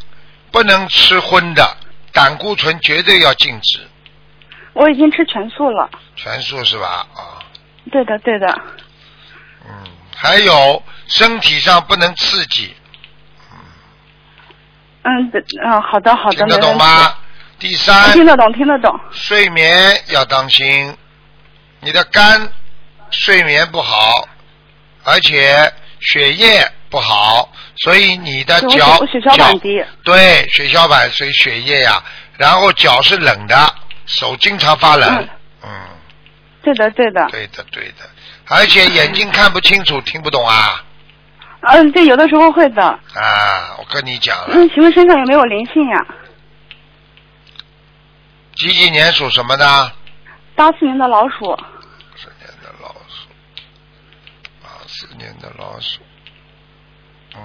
Speaker 1: 不能吃荤的，胆固醇绝对要禁止。
Speaker 10: 我已经吃全素了。
Speaker 1: 全素是吧？啊，
Speaker 10: 对的，对的。
Speaker 1: 嗯，还有身体上不能刺激，
Speaker 10: 嗯，对嗯，好的，好的，
Speaker 1: 听得
Speaker 10: 没
Speaker 1: 懂
Speaker 10: 问
Speaker 1: 吗
Speaker 10: 题？？
Speaker 1: 第三，
Speaker 10: 听得懂，听得懂。
Speaker 1: 睡眠要当心，你的肝睡眠不好，而且血液不好，所以你的
Speaker 10: 对我
Speaker 1: 哎脚
Speaker 10: 血我血小板
Speaker 1: 脚
Speaker 10: 低
Speaker 1: 对血小板随血液呀、然后脚是冷的，手经常发
Speaker 10: 嗯
Speaker 1: 冷，嗯
Speaker 10: 对的，对的。
Speaker 1: 对的对的，而且眼睛看不清楚，听不懂啊
Speaker 10: 嗯，对，有的时候会的。
Speaker 1: 啊！我跟你讲了，
Speaker 10: 嗯，请问身上有没有灵性呀？
Speaker 1: 几几年属什么的？
Speaker 10: 八四年的老鼠，
Speaker 1: 八四啊年的老鼠，嗯，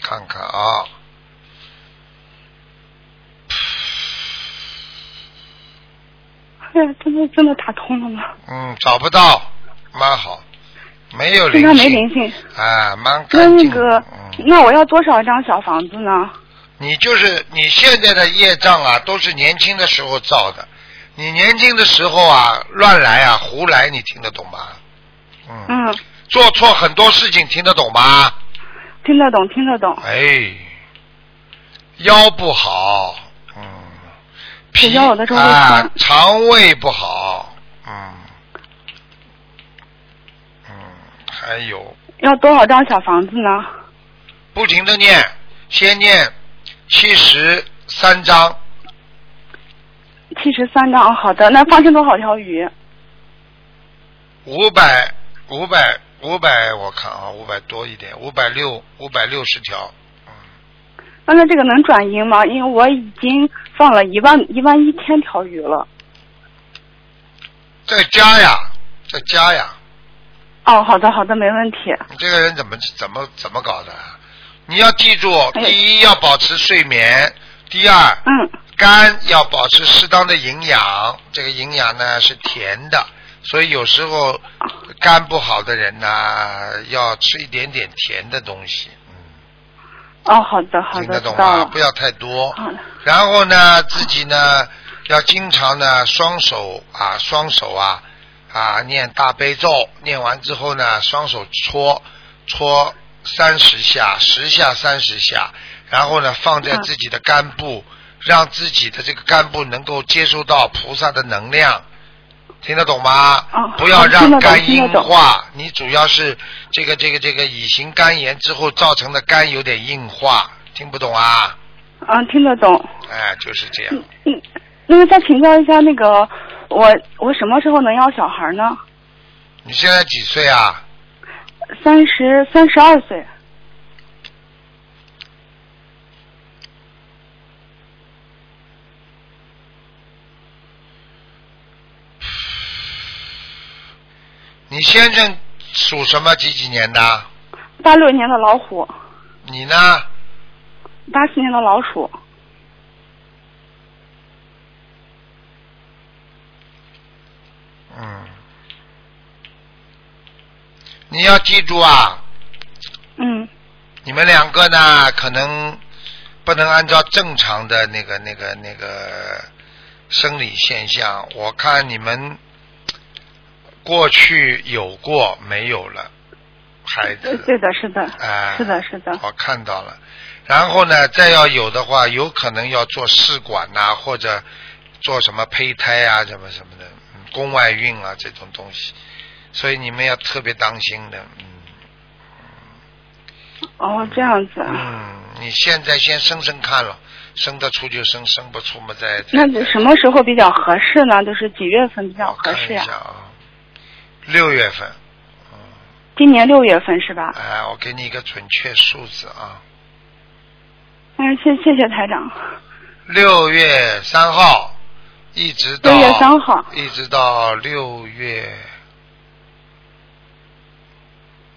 Speaker 1: 看看啊，
Speaker 10: 哎呀，真的真的打通了吗？
Speaker 1: 嗯，找不到，蛮好，没有
Speaker 10: 身
Speaker 1: 灵
Speaker 10: 上没
Speaker 1: 性，
Speaker 10: 灵性。
Speaker 1: 啊，蛮
Speaker 10: 那
Speaker 1: 干
Speaker 10: 那
Speaker 1: 净。
Speaker 10: 个，
Speaker 1: 嗯
Speaker 10: 那我要多少张小房子呢？
Speaker 1: 你就是你现在的业障啊，都是年轻的时候造的。你年轻的时候啊，乱来啊，胡来，你听得懂吗？
Speaker 10: 嗯，
Speaker 1: 做错很多事情，听得懂吗？
Speaker 10: 听得懂，听得懂。
Speaker 1: 哎，腰不好，嗯
Speaker 10: 比较有的时候会
Speaker 1: 啊
Speaker 10: 酸。，
Speaker 1: 肠胃不好，嗯，嗯，还有
Speaker 10: 要多少张小房子呢？
Speaker 1: 不停的念，先念七十三章，
Speaker 10: 七十三张，好的。那放生多少条鱼？
Speaker 1: 五百五百五百，我看啊，五百多一点，五百六五百六十条，嗯
Speaker 10: 那那这个能转阴吗？因为我已经放了一万一万一千条鱼了。
Speaker 1: 再加呀，再加呀，
Speaker 10: 哦，好的，好的，没问题。
Speaker 1: 你这个人怎么怎么怎么搞的啊？你要记住，第一要保持睡眠，第二，
Speaker 10: 嗯，
Speaker 1: 肝要保持适当的营养，这个营养呢是甜的，所以有时候肝不好的人呢，要吃一点点甜的东西，
Speaker 10: 哦，好的，好
Speaker 1: 听
Speaker 10: 的，
Speaker 1: 得
Speaker 10: 知
Speaker 1: 懂
Speaker 10: 道
Speaker 1: 吗？
Speaker 10: 了。
Speaker 1: 不要太多。然后呢，自己呢要经常呢双手啊双手啊啊念大悲咒，念完之后呢双手搓搓三十下，十下三十下，然后呢放在
Speaker 11: 嗯
Speaker 1: 自己的肝部，让自己的这个肝部能够接收到菩萨的能量。听得懂吗？不要
Speaker 11: 哦听
Speaker 1: 让
Speaker 11: 得懂
Speaker 1: 肝
Speaker 11: 听得
Speaker 1: 硬
Speaker 11: 懂
Speaker 1: 化，你主要是这个这个这个乙型肝炎之后造成的肝有点硬化，听不懂啊？
Speaker 10: 嗯，听得懂。嗯
Speaker 1: 哎，就是这
Speaker 11: 嗯
Speaker 1: 样。
Speaker 10: 那个再请教一下，那个我我什么时候能要小孩呢？
Speaker 1: 你现在几岁啊？
Speaker 10: 三十三十二岁。
Speaker 1: 你先生属什么？几几年的？
Speaker 10: 八六年的老虎，
Speaker 1: 你呢？
Speaker 10: 八四年的老鼠，
Speaker 1: 嗯。你要记住啊，
Speaker 10: 嗯，
Speaker 1: 你们两个呢，可能不能按照正常的那个、那个、那个生理现象。我看你们过去有过没有了孩子？
Speaker 10: 对 (laughs) 对的，是的，
Speaker 1: 哎
Speaker 10: 是的，是的，
Speaker 1: 我看到了。然后呢，再要有的话，有可能要做试管呐、或者做什么胚胎啊，什么什么的，嗯宫外孕啊这种东西，所以你们要特别当心的。嗯
Speaker 10: 哦，这样子啊，
Speaker 1: 嗯，你现在先生生看了，生得出就生，生不出嘛再再
Speaker 10: 那就什么时候比较合适呢？就是几月份比较合
Speaker 1: 看
Speaker 10: 适
Speaker 1: 一
Speaker 10: 呀、
Speaker 1: 下啊。六月份，
Speaker 10: 今年六月份是吧？
Speaker 1: 哎，我给你一个准确数字啊，
Speaker 10: 嗯，谢谢谢台长。
Speaker 1: 六月三号，一直到
Speaker 10: 六月三号，
Speaker 1: 一直到六月，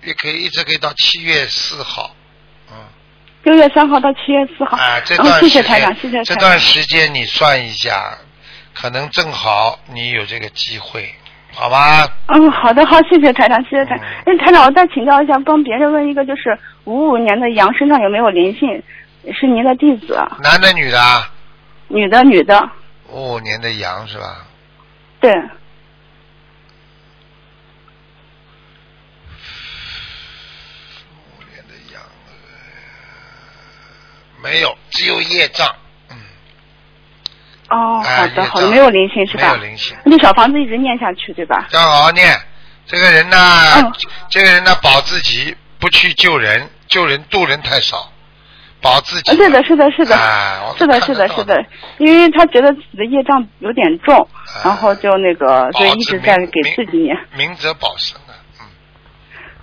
Speaker 1: 也可以一直可以到七月四号。
Speaker 10: 六月三号到七月四号。
Speaker 1: 啊，这
Speaker 10: 哦
Speaker 1: 段
Speaker 10: 谢
Speaker 1: 时
Speaker 10: 谢
Speaker 1: 间，
Speaker 10: 台长，谢谢台长。
Speaker 1: 这段时间你算一下，可能正好你有这个机会，好吧？
Speaker 10: 嗯，好的，好，谢谢台长，谢谢台。
Speaker 1: 嗯
Speaker 10: 哎，台长，我再请教一下，帮别人问一个，就是五五年的羊身上有没有灵性？是您的弟子，
Speaker 1: 男的女的啊？
Speaker 10: 女的，女的，
Speaker 1: 五五年的羊是吧？
Speaker 10: 对，
Speaker 1: 哎没有，只有业障。嗯
Speaker 10: 哦，
Speaker 1: 哎
Speaker 10: 好的，
Speaker 1: 业
Speaker 10: 好
Speaker 1: 障
Speaker 10: 的，没有灵性是
Speaker 1: 没有
Speaker 10: 吧？
Speaker 1: 灵性。
Speaker 10: 那小房子一直念下去，对吧？
Speaker 1: 要好好念。这个人呢，
Speaker 10: 嗯
Speaker 1: 这个人呢，保自己，不去救人，救人渡人太少，保自己。
Speaker 10: 啊，对的，是的，是的，
Speaker 1: 啊我
Speaker 10: 是的，是的，是的，因为他觉得自己的业障有点重，
Speaker 1: 啊
Speaker 10: 然后就那个，所以一直在给自己念。
Speaker 1: 明哲保身啊。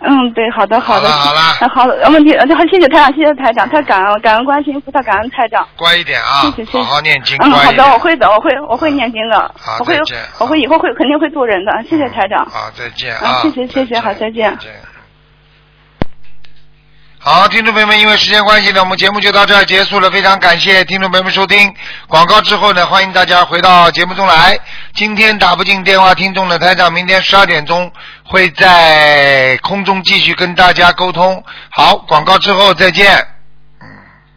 Speaker 10: 嗯，对，好的，好的，
Speaker 1: 好了好
Speaker 10: 了，好的，问题，呃好，谢谢台长，谢谢台长，太感恩，感恩观世音菩萨，感恩台长。
Speaker 1: 乖一点啊
Speaker 10: 谢谢，谢
Speaker 1: 好好念经，乖
Speaker 10: 嗯，好
Speaker 1: 一
Speaker 10: 的，
Speaker 1: 点。
Speaker 10: 我会的，我会，我会念经的
Speaker 1: 好，
Speaker 10: 我会
Speaker 1: 再见，
Speaker 10: 我会以后会肯定会渡人的，谢谢台长。
Speaker 1: 嗯好，再见
Speaker 10: 啊，
Speaker 1: 啊
Speaker 10: 谢。谢，谢谢，好，再见。
Speaker 1: 好，听众朋友们，因为时间关系呢，我们节目就到这儿结束了。非常感谢听众朋友们收听广告之后呢，欢迎大家回到节目中来。今天打不进电话听众的台长，明天十二点钟会在空中继续跟大家沟通。好，广告之后再见。